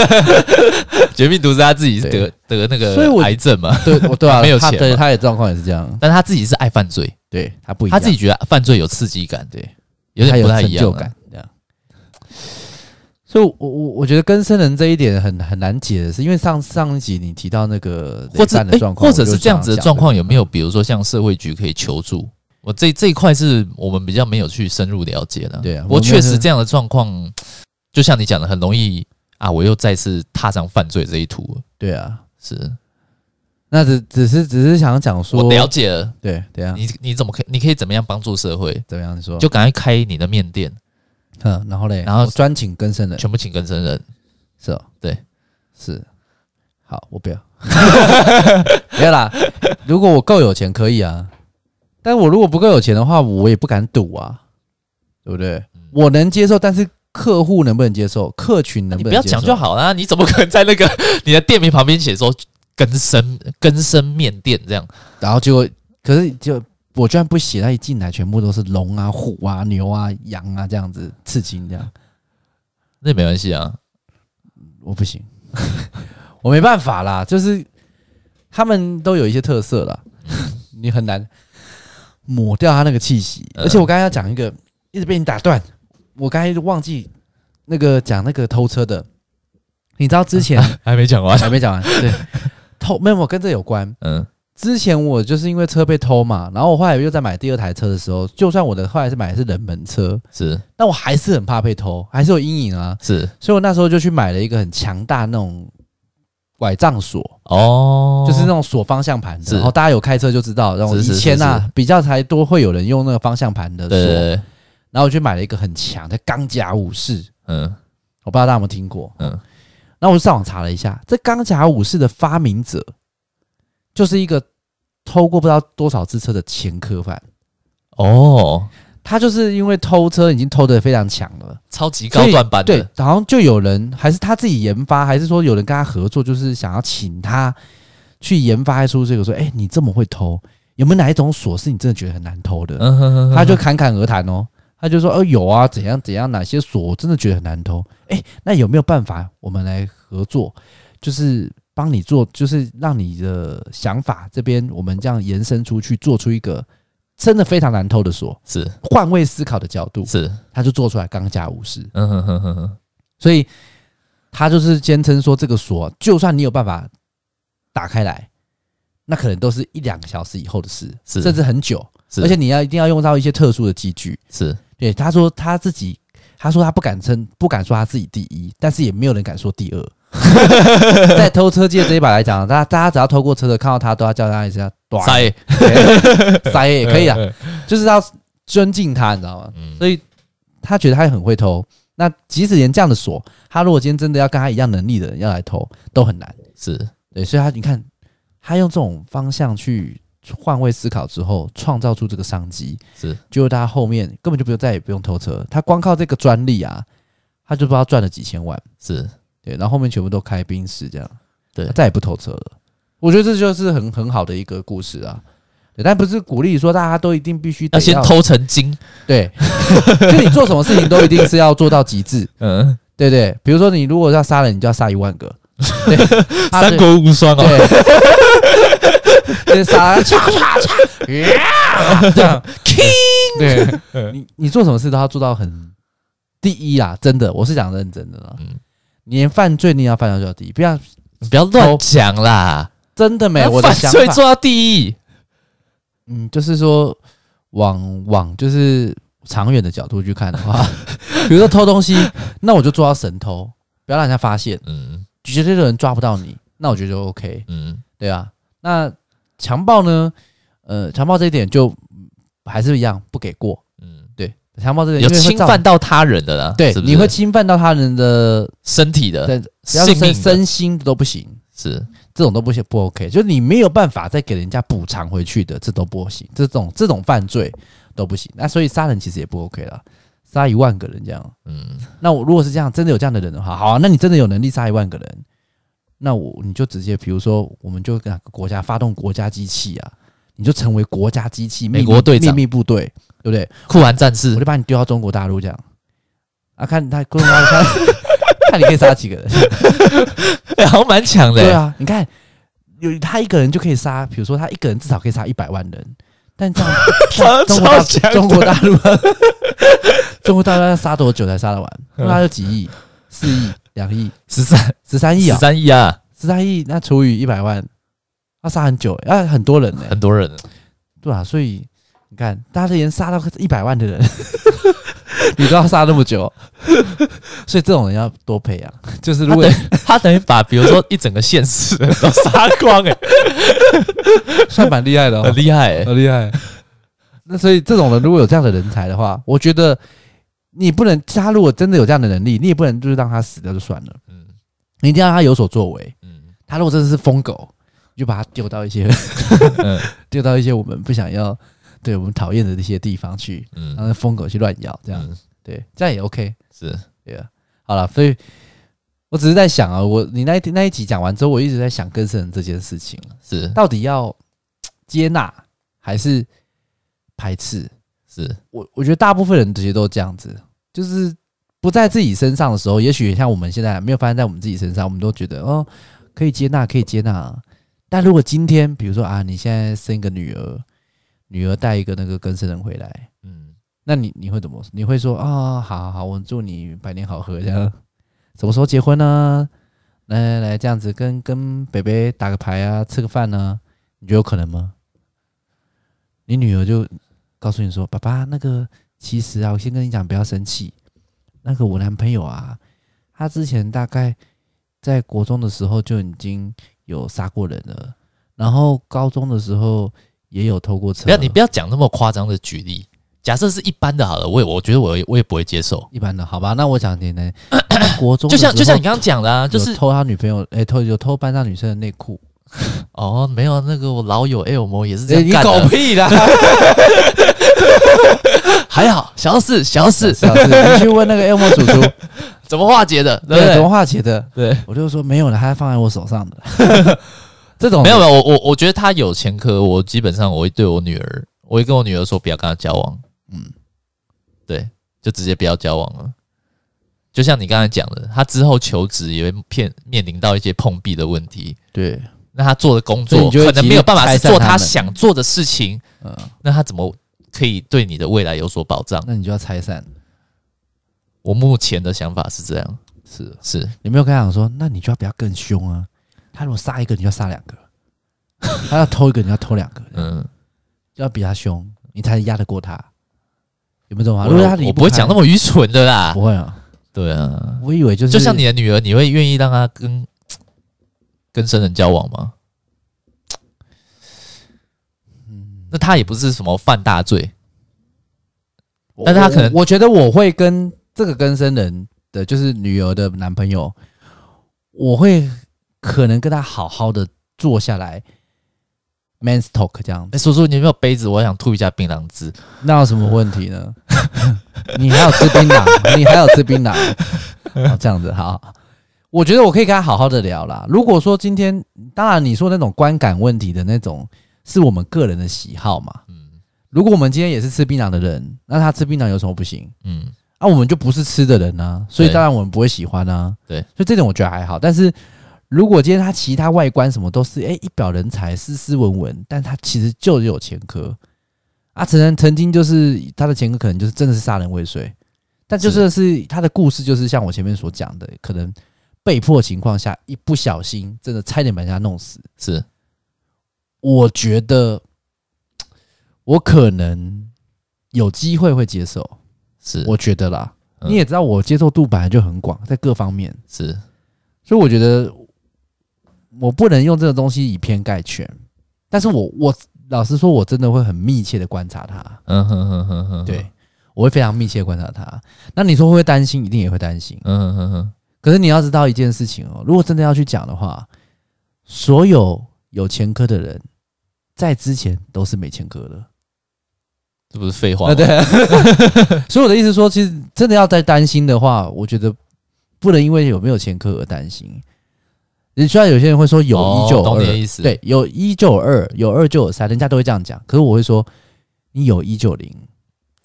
S1: 《绝命毒师》他自己是
S2: 对
S1: 得得那
S2: 所以
S1: 个
S2: 我
S1: 癌症嘛，
S2: 对，我对啊，
S1: 没有
S2: 他
S1: 钱
S2: 对
S1: 嘛
S2: 他的状况也是这样，
S1: 但他自己是爱犯罪，
S2: 对他不一
S1: 他
S2: 样，
S1: 自己觉得犯罪有刺激感，
S2: 对，
S1: 有
S2: 他
S1: 点
S2: 有
S1: 不太
S2: 成
S1: 一样
S2: 就
S1: 啊。
S2: 感这样。所以我，我我觉得跟生人这一点很很难解的是，因为上上一集你提到那个
S1: 或
S2: 累
S1: 者
S2: 犯的状况，
S1: 或者是这样子的状况，有没
S2: 有？
S1: 有比如说像社会局可以求助？我这这一块是我们比较没有去深入了解的。
S2: 对啊
S1: 不过确实这样的状况，就像你讲的，很容易啊，我又再次踏上犯罪这一途了。
S2: 对啊，
S1: 是
S2: 那只只是只是想讲说，
S1: 我了解了，
S2: 对对啊，哦
S1: 你你怎么可你可以怎么样帮助社会？
S2: 怎么样说？
S1: 就赶快开你的面店，
S2: 嗯，然后嘞，
S1: 然后
S2: 我专请跟生人
S1: 全部请更生人。
S2: 是哦，
S1: 对，
S2: 是。好，
S1: [laughs]
S2: 我不要，没有啦。如果我够有钱，可以啊。但我如果不够有钱的话，我也不敢赌啊，对不对？
S1: 嗯
S2: 我能接受，但是客户能不能接受？客群能
S1: 你
S2: 不
S1: 不
S2: 能
S1: 要
S2: 接受？
S1: 讲就好啦，你怎么可能在那
S2: [laughs]
S1: 个你的店名旁边写说根生根生面店这样？
S2: 然后结果，可是就我居然不写，他一进来全部都是龙啊、虎啊、牛啊、羊啊这样子刺青这样，
S1: 那也没关系啊，
S2: 我不行， [laughs] 我没办法啦，就是他们都有一些特色啦，你很难抹掉他那个气息。
S1: 嗯
S2: 而且我刚才要讲一个，一直被你打断，我刚才忘记那个讲那个偷车的，你知道之前
S1: 还没讲完。
S2: 还没讲完，对，偷没有没有跟这有关。
S1: 嗯，
S2: 之前我就是因为车被偷嘛，然后我后来又在买第二台车的时候，就算我的后来是买的是冷门车，
S1: 是
S2: 但我还是很怕被偷，还是有阴影啊。
S1: 是
S2: 所以我那时候就去买了一个很强大那种拐杖锁，
S1: 哦，
S2: 就是那种锁方向盘的。
S1: 是
S2: 然后大家有开车就知道，然后
S1: 是是
S2: 以前啊比较才多会有人用那个方向盘的锁。
S1: 对对对，
S2: 然后我去买了一个很强的钢甲武士，
S1: 嗯
S2: 我不知道大家有没有听过。
S1: 嗯，
S2: 然后我就上网查了一下，这钢甲武士的发明者就是一个偷过不知道多少只车的前科犯，
S1: 哦，
S2: 他就是因为偷车已经偷得非常强了。
S1: 超级高段班
S2: 对
S1: 的，，
S2: 好像就有人还是他自己研发，还是说有人跟他合作，就是想要请他去研发出这个说，哎、你这么会偷，有没有哪一种锁是你真的觉得很难偷的？
S1: 嗯哼哼哼
S2: 他就侃侃而谈哦，他就说，哦、有啊，怎样怎样，哪些锁我真的觉得很难偷？哎、那有没有办法我们来合作，就是帮你做，就是让你的想法这边我们这样延伸出去，做出一个真的非常难偷的锁，
S1: 是
S2: 换位思考的角度，
S1: 是，
S2: 他就做出来钢架武士。
S1: 嗯哼哼哼哼，
S2: 所以他就是坚称说，这个锁就算你有办法打开来，那可能都是一两个小时以后的事，
S1: 是
S2: 甚至很久，
S1: 是
S2: 而且你要一定要用到一些特殊的机具。
S1: 是
S2: 对，他说他自己，他说他不敢称，不敢说他自己第一，但是也没有人敢说第
S1: [laughs]
S2: 二。在偷车界这一把来讲，大家大家只要偷过车的，看到他都要叫他一声“短
S1: 塞 [laughs]
S2: 塞”也可以啊，
S1: 嗯
S2: 就是要尊敬他，你知道吗？
S1: 嗯
S2: 所以他觉得他很会偷。那即使连这样的锁，他如果今天真的要跟他一样能力的人要来偷，都很难。
S1: 是
S2: 对，所以他你看，他用这种方向去换位思考之后，创造出这个商机，
S1: 是
S2: 就他后面根本就不用再也不用偷车，他光靠这个专利啊，他就不知道赚了几千万。
S1: 是，
S2: 对，然后后面全部都开宾士这样，
S1: 对
S2: 他再也不偷车了。我觉得这就是很很好的一个故事啊。对，但不是鼓励说大家都一定必须得
S1: 要先偷成精， [laughs]
S2: 对，就你做什么事情都一定是要做到极致，
S1: 嗯，
S2: 对不对？比如说你如果要杀人，你就要杀一万个，
S1: [laughs]
S2: 对，啊
S1: 三国无双哦，
S2: 对， [laughs] 对，杀人嚓嚓嚓，呀这样 king，对， [laughs] 你你做什么事都要做到很第一啦，真的，我是讲认真的啦，
S1: 嗯
S2: 你连犯罪你也要犯到就要第一，不要
S1: 你不要乱讲啦，
S2: 真的没
S1: 把
S2: 我的
S1: 犯
S2: 想
S1: 罪
S2: 法，
S1: 做到第一，
S2: 嗯，就是说往往
S1: [laughs]
S2: 就是长远的角度去看的话，比如说偷东西，那我就做到神偷，不要让人家发现，
S1: 嗯
S2: 绝对的人抓不到你，那我觉得就 OK，
S1: 嗯
S2: 对啊。那强暴呢？呃，强暴这一点就嗯还是一样不给过，
S1: 嗯，
S2: 对，强暴这点
S1: 有
S2: 因为会
S1: 侵
S2: 造
S1: 犯，到他人的啦，
S2: 对，
S1: 是不是
S2: 你会侵犯到他人的，呃
S1: 身体的，
S2: 对，不要说
S1: 性命的
S2: 身身心都不行，
S1: 是
S2: 这种都不行，不 OK，就是你没有办法再给人家补偿回去的，这都不行，这种这种犯罪都不行。那所以杀人其实也不 OK 啦，杀一万个人这样。
S1: 嗯
S2: 那我如果是这样，真的有这样的人的话，好、啊，那你真的有能力杀一万个人，那我你就直接，比如说，我们就跟哪个国家发动国家机器啊，你就成为国家机器，
S1: 美
S2: 秘密
S1: 国队长
S2: 秘密部队，对不对？
S1: 酷玩战
S2: 我
S1: 士
S2: 就，把你丢到中国大陆这样，啊，看他中国大陆看， [laughs] 看你可以
S1: [laughs]
S2: 杀几个人。
S1: 哎好像蛮强的欸，
S2: 对啊，你看，有他一个人就可以杀，比如说他一个人至少可以杀一百万人，但
S1: [laughs]
S2: 这样
S1: 超
S2: 中国大
S1: 超强的
S2: 中国大陆啊 [laughs] 中国大陆要杀多久才杀得完？
S1: 嗯
S2: 那就几亿、四亿、两亿、
S1: 十三
S2: 十三亿
S1: 十
S2: 啊，
S1: 三亿啊，
S2: 十三亿那除以一百万，要杀很久、欸，要很多人呢、
S1: 很多人，
S2: 对啊，所以你看，大家连杀到一百万的人， [laughs] 你都要杀那么久， [laughs] 所以这种人要多培养。就是如
S1: 他
S2: 果
S1: 等于他等于把比如说一整个县市的人都杀光，哎，
S2: [laughs] 算蛮厉害的、哦，
S1: 很厉害欸，
S2: 好厉害。那所以这种人如果有这样的人才的话，我觉得你不能他如果真的有这样的能力，你也不能就是让他死掉就算了，
S1: 嗯
S2: 你一定要让他有所作为。
S1: 嗯
S2: 他如果真的是疯狗，你就把他丢到一些
S1: 嗯
S2: [laughs] 丢到一些我们不想要、对我们讨厌的一些地方去，
S1: 嗯，
S2: 让那疯狗去乱咬，这样、
S1: 嗯
S2: 对，这样也 OK。
S1: 是
S2: 对啊，好了，所以我只是在想啊，我你那一那一集讲完之后，我一直在想更生人这件事情。啊
S1: 是
S2: 到底要接纳还是排斥？
S1: 是，
S2: 我我觉得大部分人其实都这样子，就是不在自己身上的时候，也许像我们现在没有发生在我们自己身上，我们都觉得哦可以接纳，可以接纳啊。但如果今天，比如说啊，你现在生一个女儿，女儿带一个那个更生人回来，
S1: 嗯
S2: 那你你会怎么？你会说啊、好好好，我祝你百年好合这样。什么时候结婚呢、来来来，这样子跟跟北北打个牌啊，吃个饭呢、你觉得有可能吗？你女儿就告诉你说：“爸爸，那个其实啊，我先跟你讲，不要生气。那个我男朋友啊，他之前大概在国中的时候就已经有杀过人了，然后高中的时候也有偷过车。
S1: 不要你不要讲那么夸张的举例，假设是一般的好了，我也我觉得我也我也不会接受。
S2: 一般的，好吧？那我讲
S1: [coughs]
S2: 简单，国中
S1: 就像
S2: 的
S1: 就
S2: 时候
S1: 像你刚刚讲的啊，就
S2: 有
S1: 是
S2: 偷他女朋友，哎、偷有偷班上女生的内裤，
S1: 哦，没有那个我老友 L 模也是这
S2: 哎
S1: 样干的，
S2: 屁啦！
S1: [laughs] 还好小事小事，
S2: 是啊，
S1: [laughs]
S2: 是啊你去问那个 Elmo 叔叔，
S1: 怎么化解的？对
S2: 对，怎么
S1: 不
S2: 化解的？
S1: 对？对，
S2: 我就说没有了，他放在我手上的。 [laughs] 这种
S1: 没有没有，我我我觉得他有前科，我基本上我会对我女儿，我会跟我女儿说不要跟他交往，
S2: 嗯，
S1: 对，就直接不要交往了。就像你刚才讲的，他之后求职也会面面临到一些碰壁的问题，
S2: 对，
S1: 那他做的工
S2: 所以
S1: 作
S2: 你就会
S1: 可能没有办法是
S2: 极力拆散
S1: 做
S2: 他
S1: 他
S2: 们
S1: 想做的事情，
S2: 嗯，
S1: 那他怎么可以对你的未来有所保障？
S2: 那你就要拆散。
S1: 我目前的想法是这样，
S2: 是，
S1: 是
S2: 你没有跟他讲说，那你就要不要更凶啊？他如果杀一个，你就要杀两个； [laughs] 他要偷一个，你要偷两个，
S1: 嗯，
S2: 要比他凶，你才压得过他。有没有这种话？
S1: 我
S2: 如果他离
S1: 我不会讲那
S2: 么
S1: 么愚蠢的
S2: [laughs]
S1: 啦
S2: 不，会啊，
S1: 对啊，
S2: 我以为就是
S1: 就像你的女儿，你会愿意让她跟跟生人交往吗？
S2: 嗯，
S1: 那她也不是什么犯大罪，
S2: 我
S1: 但是他可能
S2: 我我觉得我会跟这个更生人的，就是女儿的男朋友，我会可能跟他好好的坐下来，man s talk 这样
S1: 哎、，叔叔，你有没有杯子？我想吐一下槟榔汁。
S2: 那有什么问题呢？ [laughs] 你还有吃槟榔，你还有吃槟榔，好这样子好。我觉得我可以跟他好好的聊啦。如果说今天，当然你说那种观感问题的那种，是我们个人的喜好嘛。
S1: 嗯
S2: 如果我们今天也是吃槟榔的人，那他吃槟榔有什么不行？
S1: 嗯
S2: 啊，我们就不是吃的人啊，所以
S1: 对
S2: 当然我们不会喜欢啊。
S1: 对
S2: 所以这点我觉得还好。但是如果今天他其他外观什么都是，哎、一表人才，斯斯文文，但他其实就有前科。啊，曾人曾经就是他的前科，可能就是真的是杀人未遂，但就是是他的故事，就是像我前面所讲的，可能被迫情况下一不小心，真的差点把人家弄死。
S1: 是
S2: 我觉得我可能有机会会接受，
S1: 是，
S2: 我觉得啦，
S1: 嗯
S2: 你也知道我接受度本来就很广，在各方面，
S1: 是
S2: 所以我觉得我不能用这个东西以偏概全。但是我我老实说，我真的会很密切的观察它，
S1: 嗯哼哼哼哼，
S2: 对，我会非常密切地观察它。那你说会不会担心？一定也会担心。
S1: 嗯哼哼哼，
S2: 可是你要知道一件事情哦，如果真的要去讲的话，所有有前科的人，在之前都是没前科的。
S1: 这不是废话
S2: 啊，
S1: 吗？ [laughs]
S2: 对。所以我的意思说，其实真的要再担心的话，我觉得不能因为有没有前科而担心。你虽然有些人会说有
S1: 哦
S2: 一就有
S1: 懂
S2: 二，
S1: 你的意思
S2: 对，有一就有二，有二就有三，人家都会这样讲。可是我会说，你有一就有零，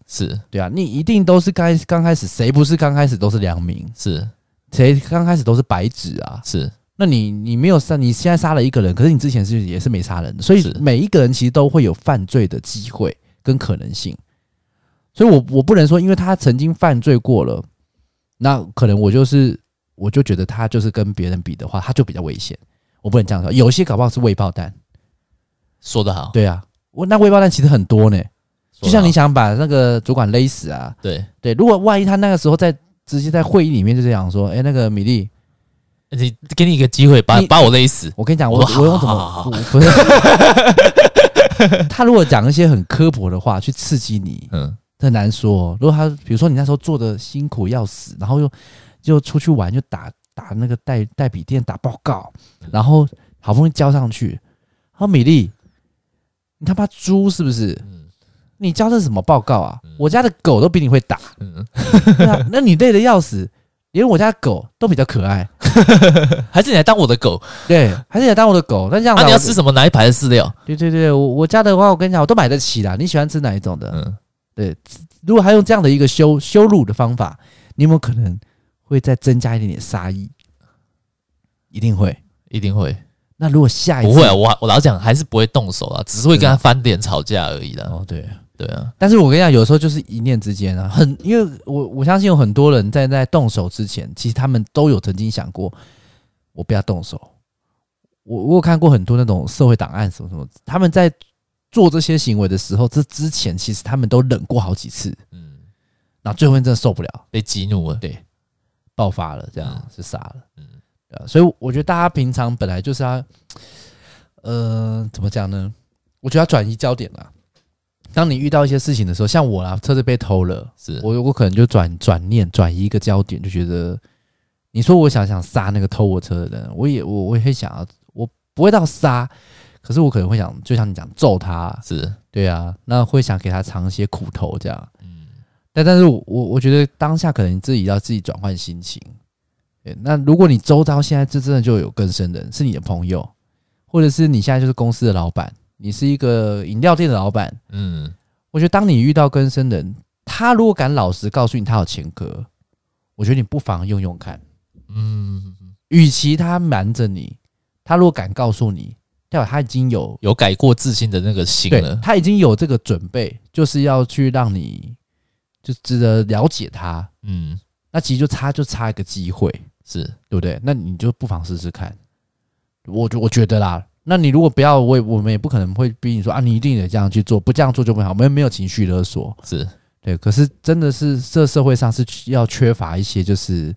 S1: 是
S2: 对啊，你一定都是刚刚开始，谁不是刚开始都是良民，
S1: 是
S2: 谁刚开始都是白纸啊？
S1: 是，
S2: 那你你没有杀，你现在杀了一个人，可是你之前是也是没杀人的，所以
S1: 是
S2: 每一个人其实都会有犯罪的机会跟可能性。所以我我不能说，因为他曾经犯罪过了，那可能我就是我就觉得他就是跟别人比的话，他就比较危险。我不能这样说，有些搞不好是未爆弹，
S1: 说得好，
S2: 对啊，我那未爆弹其实很多呢，
S1: 说得好
S2: 就像你想把那个主管勒死啊，
S1: 对，
S2: 对，如果万一他那个时候在直接在会议里面就这样说，哎、那个米粒，
S1: 你给你一个机会，把
S2: 你
S1: 把我勒死，
S2: 我跟你讲，我
S1: 我说
S2: 我用怎
S1: 好好
S2: 么
S1: 好
S2: 不 [laughs] 不是？他如果讲一些很刻薄的话去刺激你，
S1: 嗯，
S2: 很难说哦。如果他比如说你那时候做的辛苦要死，然后又又出去玩，又打打那个代代笔电打报告，然后好不容易交上去，然后米粒，你他妈猪是不是？
S1: 嗯
S2: 你交的是什么报告啊？我家的狗都比你会打，
S1: 嗯，
S2: 对啊，那你累得要死，连我家狗都比较可爱。
S1: 还是你来当我的狗？
S2: 对，还是你当我的狗，那这样
S1: 那、
S2: 吧
S1: 啊你要
S2: 我
S1: 吃什么？哪一排的饲料？
S2: 对对对，我我家的话，我跟你讲，我都买得起啦。你喜欢吃哪一种的？
S1: 嗯，
S2: 如果他用这样的一个羞羞辱的方法，你有没有可能会再增加一点点杀意？一定会。
S1: 一定会，
S2: 那如果下一
S1: 不
S2: 次
S1: 会啊！我我老讲还是不会动手啊，只是会跟他翻脸吵架而已啦。
S2: 哦，对。
S1: 对啊，
S2: 但是我跟你讲，有时候就是一念之间啊，很因为我我相信有很多人在在动手之前，其实他们都有曾经想过，我不要动手。我我有看过很多那种社会档案什么什么，他们在做这些行为的时候，这之前其实他们都忍过好几次，
S1: 嗯，
S2: 然后最后面真的受不了，
S1: 被激怒了。
S2: 对，爆发了，这样、
S1: 嗯
S2: 就杀了。
S1: 嗯
S2: 嗯，对啊，所以我觉得大家平常本来就是要，呃，怎么讲呢？我觉得要转移焦点啦。当你遇到一些事情的时候，像我啦，车子被偷了，
S1: 是，
S2: 我我可能就转转念转移一个焦点，就觉得，你说我想想杀那个偷我车的人，我也我我也会想要，我不会到杀，可是我可能会想，就像你讲揍他，
S1: 是，
S2: 对啊，那会想给他尝一些苦头这样。
S1: 嗯，
S2: 但但是我我我觉得当下可能自己要自己转换心情。对，那如果你周遭现在这真的就有更深的人，是你的朋友，或者是你现在就是公司的老板，你是一个饮料店的老板，
S1: 嗯，
S2: 我觉得当你遇到更深的人，他如果敢老实告诉你他有前科，我觉得你不妨用用看。
S1: 嗯，
S2: 与其他瞒着你，他如果敢告诉你，代表他已经有
S1: 有改过自新的那个心
S2: 对
S1: 了。
S2: 他已经有这个准备，就是要去让你就值得了解他，
S1: 嗯，
S2: 那其实就差就差一个机会，
S1: 是，
S2: 对不对？那你就不妨试试看。我觉我觉得啦，那你如果不要，我也我们也不可能会逼你说啊，你一定得这样去做，不这样做就不好。我们没有情绪勒索，
S1: 是，
S2: 对。可是真的是这社会上是要缺乏一些，就是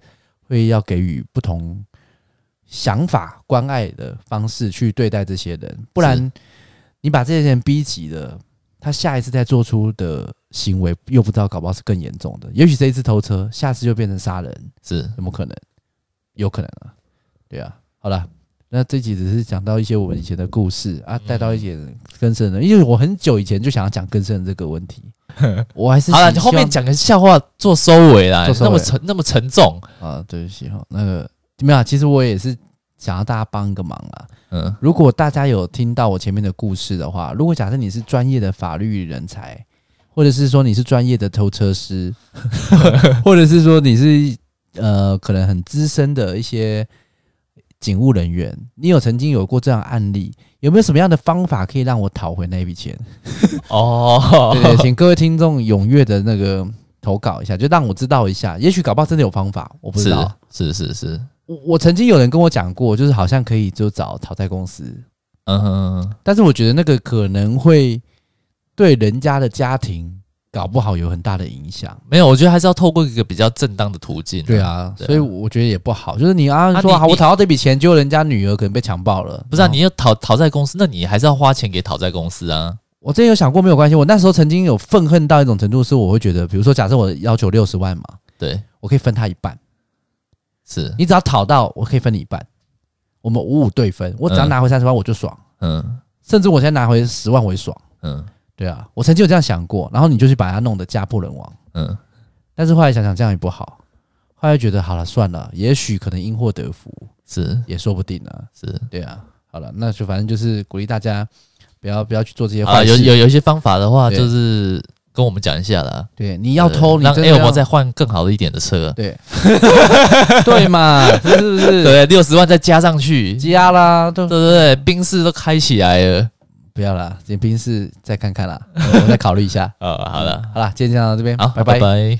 S2: 会要给予不同想法关爱的方式去对待这些人，不然你把这些人逼急了，他下一次再做出的行为又不知道，搞不好是更严重的。也许这一次偷车，下次就变成杀人。
S1: 是，
S2: 有没有可能？有可能啊，对啊。好了，那这集只是讲到一些我们以前的故事啊，
S1: 嗯
S2: 带到一点更深的，因为我很久以前就想要讲更深的这个
S1: [laughs]
S2: 问题，我还是
S1: 好了，你
S2: 希
S1: 后面
S2: 希
S1: 讲个笑话做收尾啦，
S2: 做收尾
S1: 那么沉那么沉重。
S2: 望啊，对不起哈，那个没有啊，其实我也是想要大家帮个忙啊。 [laughs]
S1: 嗯，
S2: 如果大家有听到我前面的故事的话，如果假设你是专业的法律人才，或者是说你是专业的偷车师， [laughs] 或者是说你是呃可能很资深的一些警务人员，你有曾经有过这样的案例，有没有什么样的方法可以让我讨回那一笔钱？
S1: 哦 [laughs]
S2: 对，对，请各位听众踊跃的那个投稿一下，就让我知道一下，也许搞不好真的有方法，我不知
S1: 是
S2: 道。
S1: 是是是，
S2: 我我曾经有人跟我讲过，就是好像可以就找讨债公司，
S1: 嗯哼，
S2: 但是我觉得那个可能会对人家的家庭搞不好有很大的影响。
S1: 没有，我觉得还是要透过一个比较正当的途径、
S2: 对，啊，
S1: 对啊
S2: 所以我觉得也不好，就是你啊
S1: 啊
S2: 说
S1: 你
S2: 啊，我
S1: 你
S2: 讨到这笔钱，结果人家女儿可能被强暴了，哦
S1: 不是啊，
S2: 然后
S1: 你要讨讨债公司，那你还是要花钱给讨债公司啊。
S2: 我之前有想过没有关系，我那时候曾经有愤恨到一种程度，是我会觉得，比如说假设我要求六十万嘛，
S1: 对，
S2: 我可以分他一半，
S1: 是，
S2: 你只要讨到，我可以分你一半，我们五五对分，我只要
S1: 嗯
S2: 拿回三十万我就爽，
S1: 嗯
S2: 甚至我现在拿回十万我也爽，
S1: 嗯
S2: 对啊，我曾经有这样想过，然后你就去把他弄得家破人亡，
S1: 嗯，
S2: 但是后来想想这样也不好，后来觉得好了算了，也许可能因祸得福，
S1: 是
S2: 也说不定啊，
S1: 是。
S2: 对啊，好了，那就反正就是鼓励大家不要不要去做这些
S1: 啊，
S2: 坏事，
S1: 有有有一些方法的话，
S2: 对
S1: 就是跟我们讲一下啦。
S2: 对你要偷，
S1: 对
S2: 你
S1: 呃让哎
S2: 真
S1: L
S2: 的要
S1: 再换更好的一点的车，
S2: 对， [laughs] 对嘛，是不是？
S1: 对，六十万再加上去，对
S2: 加啦，都
S1: 不对？宾士都开起来了。
S2: 不要啦，简冰是再看看啦，我再考虑一下。
S1: 呃，好了，
S2: 好啦，今天就到这边，
S1: 好，
S2: 嗯拜
S1: 拜拜